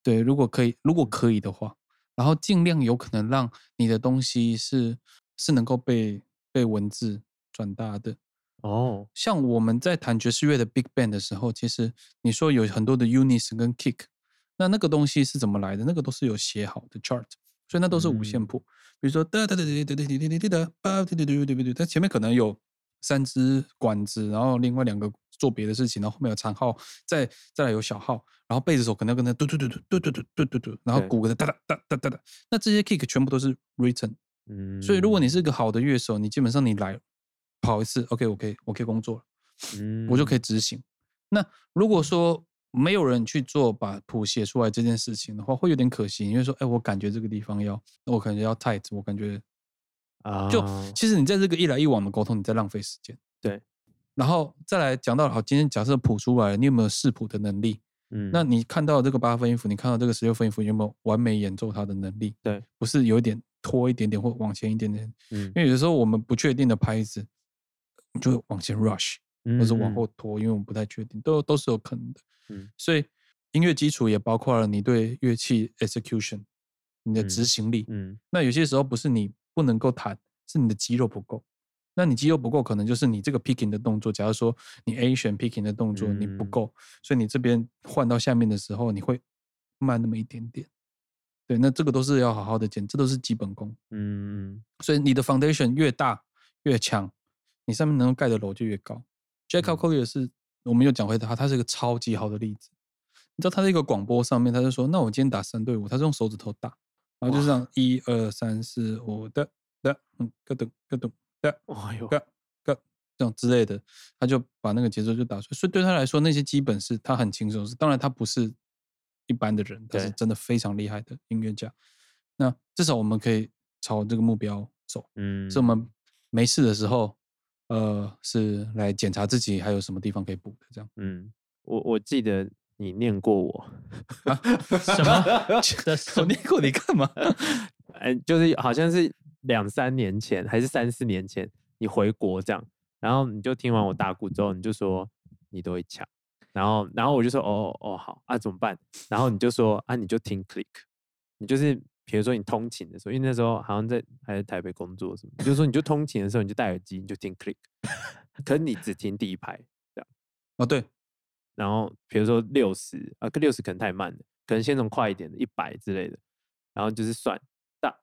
Speaker 3: 对，如果可以，如果可以的话，然后尽量有可能让你的东西是是能够被被文字转达的。
Speaker 1: 哦，
Speaker 3: 像我们在弹爵士乐的 big band 的时候，其实你说有很多的 unis 跟 kick，那那个东西是怎么来的？那个都是有写好的 chart，所以那都是五线
Speaker 1: 嗯
Speaker 3: 谱。比如说哒哒哒哒哒哒哒哒哒哒哒哒哒哒哒，它前面可能有三支管子，然后另外两个做别的事情，然后后面有长号，再再来有小号，然后贝斯手可能要跟着嘟嘟嘟嘟嘟嘟嘟嘟嘟嘟，然后
Speaker 1: 对
Speaker 3: 鼓跟着哒哒哒哒哒哒。那这些 kick 全部都是 written，
Speaker 1: 嗯，
Speaker 3: 所以如果你是个好的乐手，你基本上你来跑一次，OK，我可以我可以工作了。
Speaker 1: 嗯，
Speaker 3: 我就可以执行。那如果说没有人去做把谱写出来这件事情的话，会有点可惜，因为说，哎，我感觉这个地方要，我感觉要 tight，我感觉
Speaker 1: 啊，
Speaker 3: 就、其实你在这个一来一往的沟通，你在浪费时间。
Speaker 1: 对，
Speaker 3: 然后再来讲到好，今天假设谱出来了，你有没有视谱的能力？
Speaker 1: 嗯，
Speaker 3: 那你看到这个八分音符，你看到这个十六分音符，你有没有完美演奏它的能力？
Speaker 1: 对，
Speaker 3: 不是有一点拖一点点或往前一点点，
Speaker 1: 嗯
Speaker 3: 因为有时候我们不确定的拍子，你就会往前 rush。或是往
Speaker 1: 嗯
Speaker 3: 后拖，因为我们不太确定，都都是有可能的。
Speaker 1: 嗯
Speaker 3: 所以音乐基础也包括了你对乐器 execution，你的执
Speaker 1: 嗯
Speaker 3: 行力。
Speaker 1: 嗯
Speaker 3: 那有些时候不是你不能够弹，是你的肌肉不够。那你肌肉不够，可能就是你这个 picking 的动作，假如说你 A 选 picking 的动作你不
Speaker 1: 嗯
Speaker 3: 够，所以你这边换到下面的时候，你会慢那么一点点。对，那这个都是要好好的检，这都是基本功。
Speaker 1: 嗯
Speaker 3: 所以你的 foundation 越大越强，你上面能够盖的楼就越高。Jacob
Speaker 1: 嗯
Speaker 3: Collier 是，我们又讲回他，他是一个超级好的例子。你知道他在一个广播上面，他就说：“那我今天打三对五，他是用手指头打，然后就是这样一二三四五的的，嗯，咯噔咯噔的
Speaker 1: 嗯，哎呦，
Speaker 3: 咯咯这种之类的，他就把那个节奏就打出来。所以对他来说，那些基本是他很轻松的事。当然，他不是一般的人，他是
Speaker 1: 对
Speaker 3: 真的非常厉害的音乐家。那至少我们可以朝这个目标走。
Speaker 1: 嗯，
Speaker 3: 所以我们没事的时候，呃，是来检查自己还有什么地方可以补的，这样。
Speaker 1: 嗯，我我记得你念过我，
Speaker 2: 什么？这
Speaker 3: 我
Speaker 2: 什么
Speaker 3: 念过你干嘛？
Speaker 1: 哎，就是好像是两三年前还是三四年前，你回国这样，然后你就听完我打鼓之后，你就说你都会抢，然后然后我就说哦哦哦好啊怎么办？然后你就说啊你就听 click，你就是比如说你通勤的时候，因为那时候好像在还在台北工作什么，你就说你就通勤的时候你就戴耳机你就听 click，可是你只听第一排，
Speaker 3: 哦，对，
Speaker 1: 然后比如说六十啊，六十可能太慢了，可能先从快一点的一百之类的，然后就是算大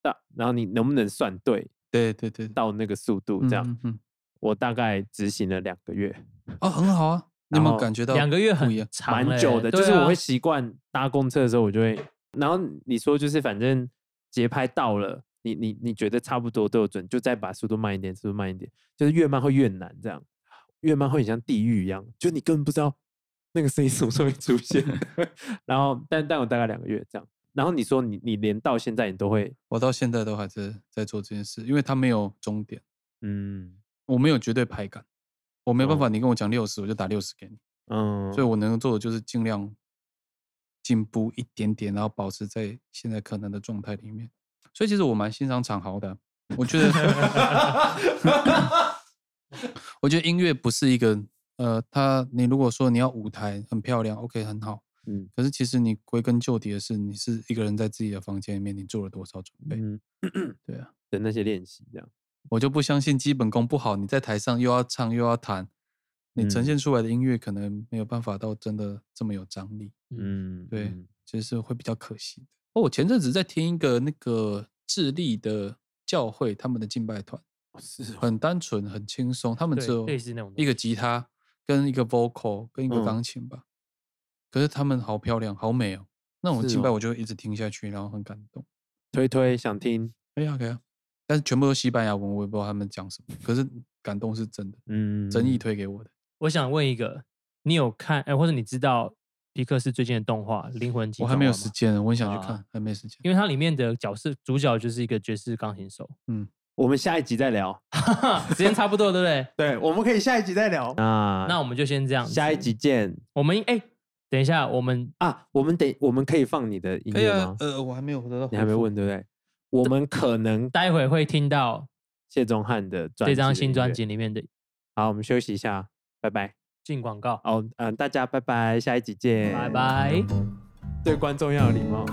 Speaker 1: 大，然后你能不能算对
Speaker 3: 对对对，
Speaker 1: 到那个速度？这样，
Speaker 3: 嗯嗯
Speaker 1: 我大概执行了两个月，
Speaker 3: 嗯哦，很好啊。你有没
Speaker 1: 然
Speaker 3: 有
Speaker 1: 后
Speaker 3: 感觉到
Speaker 2: 两个月
Speaker 3: 不一样
Speaker 2: 很？长
Speaker 1: 蛮
Speaker 2: 嘞
Speaker 1: 久的，就
Speaker 2: 对
Speaker 1: 是
Speaker 2: 啊
Speaker 1: 我会习惯搭公车的时候，我就会，然后你说就是反正节拍到了。你你你觉得差不多都有准，就再把速度慢一点，速度慢一点，就是越慢会越难，这样越慢会很像地狱一样，就你根本不知道那个声音什么时候会出现。然后，但但我大概两个月这样。然后你说你你连到现在你都会，
Speaker 3: 我到现在都还是在做这件事，因为它没有终点，
Speaker 1: 嗯
Speaker 3: 我没有绝对排感，我没有办
Speaker 1: 哦
Speaker 3: 法。你跟我讲六十，我就打六十给你。
Speaker 1: 嗯，
Speaker 3: 所以我能够做的就是尽量进步一点点，然后保持在现在可能的状态里面。所以其实我蛮欣赏长豪的，我觉得， 我觉得音乐不是一个呃，它你如果说你要舞台很漂亮，OK 很好，
Speaker 1: 嗯
Speaker 3: 可是其实你归根究底的是，你是一个人在自己的房间里面，你做了多少准备？
Speaker 1: 嗯
Speaker 3: 对啊，
Speaker 1: 的那些练习这样，
Speaker 3: 我就不相信基本功不好，你在台上又要唱又要弹，你呈
Speaker 1: 嗯
Speaker 3: 现出来的音乐可能没有办法到真的这么有张力。
Speaker 1: 嗯，
Speaker 3: 对
Speaker 1: 嗯
Speaker 3: 其实是会比较可惜的。哦，我前阵子在听一个那个智利的教会他们的敬拜团，
Speaker 1: 是哦
Speaker 3: 很单纯很轻松，他们只
Speaker 2: 对
Speaker 3: 有
Speaker 2: 类似那种
Speaker 3: 一
Speaker 2: 东
Speaker 3: 个
Speaker 2: 西
Speaker 3: 吉他跟一个 vocal 跟一个
Speaker 1: 嗯
Speaker 3: 钢琴吧。可是他们好漂亮，好美哦！那种
Speaker 1: 是
Speaker 3: 敬拜
Speaker 1: 哦
Speaker 3: 我就一直听下去，然后很感动。
Speaker 1: 推推想听，
Speaker 3: 哎呀，可以啊！但是全部都西班牙文，我也不知道他们讲什么。可是感动是真的，
Speaker 1: 嗯，
Speaker 3: 真意推给我的。
Speaker 2: 我想问一个，你有看，哎、或者你知道皮克斯最近的动画《灵魂级》？
Speaker 3: 我还没有时，间，我很想去
Speaker 2: 啊
Speaker 3: 看，还没时间。
Speaker 2: 因为它里面的角色主角就是一个爵士钢琴手，
Speaker 1: 嗯我们下一集再聊。
Speaker 2: 时间差不多，对不对？
Speaker 1: 对，我们可以下一集再聊。那
Speaker 2: 那我们就先这样子。
Speaker 1: 下一集见
Speaker 2: 我们哎、等一下，我们
Speaker 1: 啊！我们得，我们可以放你的音
Speaker 3: 可以
Speaker 1: 乐
Speaker 3: 啊
Speaker 1: 吗，？
Speaker 3: 呃，我还没有得到回复。
Speaker 1: 你还没问对不对？我们可能
Speaker 2: 待会会听到
Speaker 1: 谢宗翰的专
Speaker 2: 这
Speaker 1: 辑
Speaker 2: 张
Speaker 1: 的
Speaker 2: 新
Speaker 1: 音
Speaker 2: 专
Speaker 1: 乐
Speaker 2: 辑。里面的
Speaker 1: 好，我们休息一下，拜拜。
Speaker 2: 进广告，
Speaker 1: 哦，嗯、大家拜拜，下一集见，
Speaker 2: 拜拜。
Speaker 1: 对观众要有礼貌。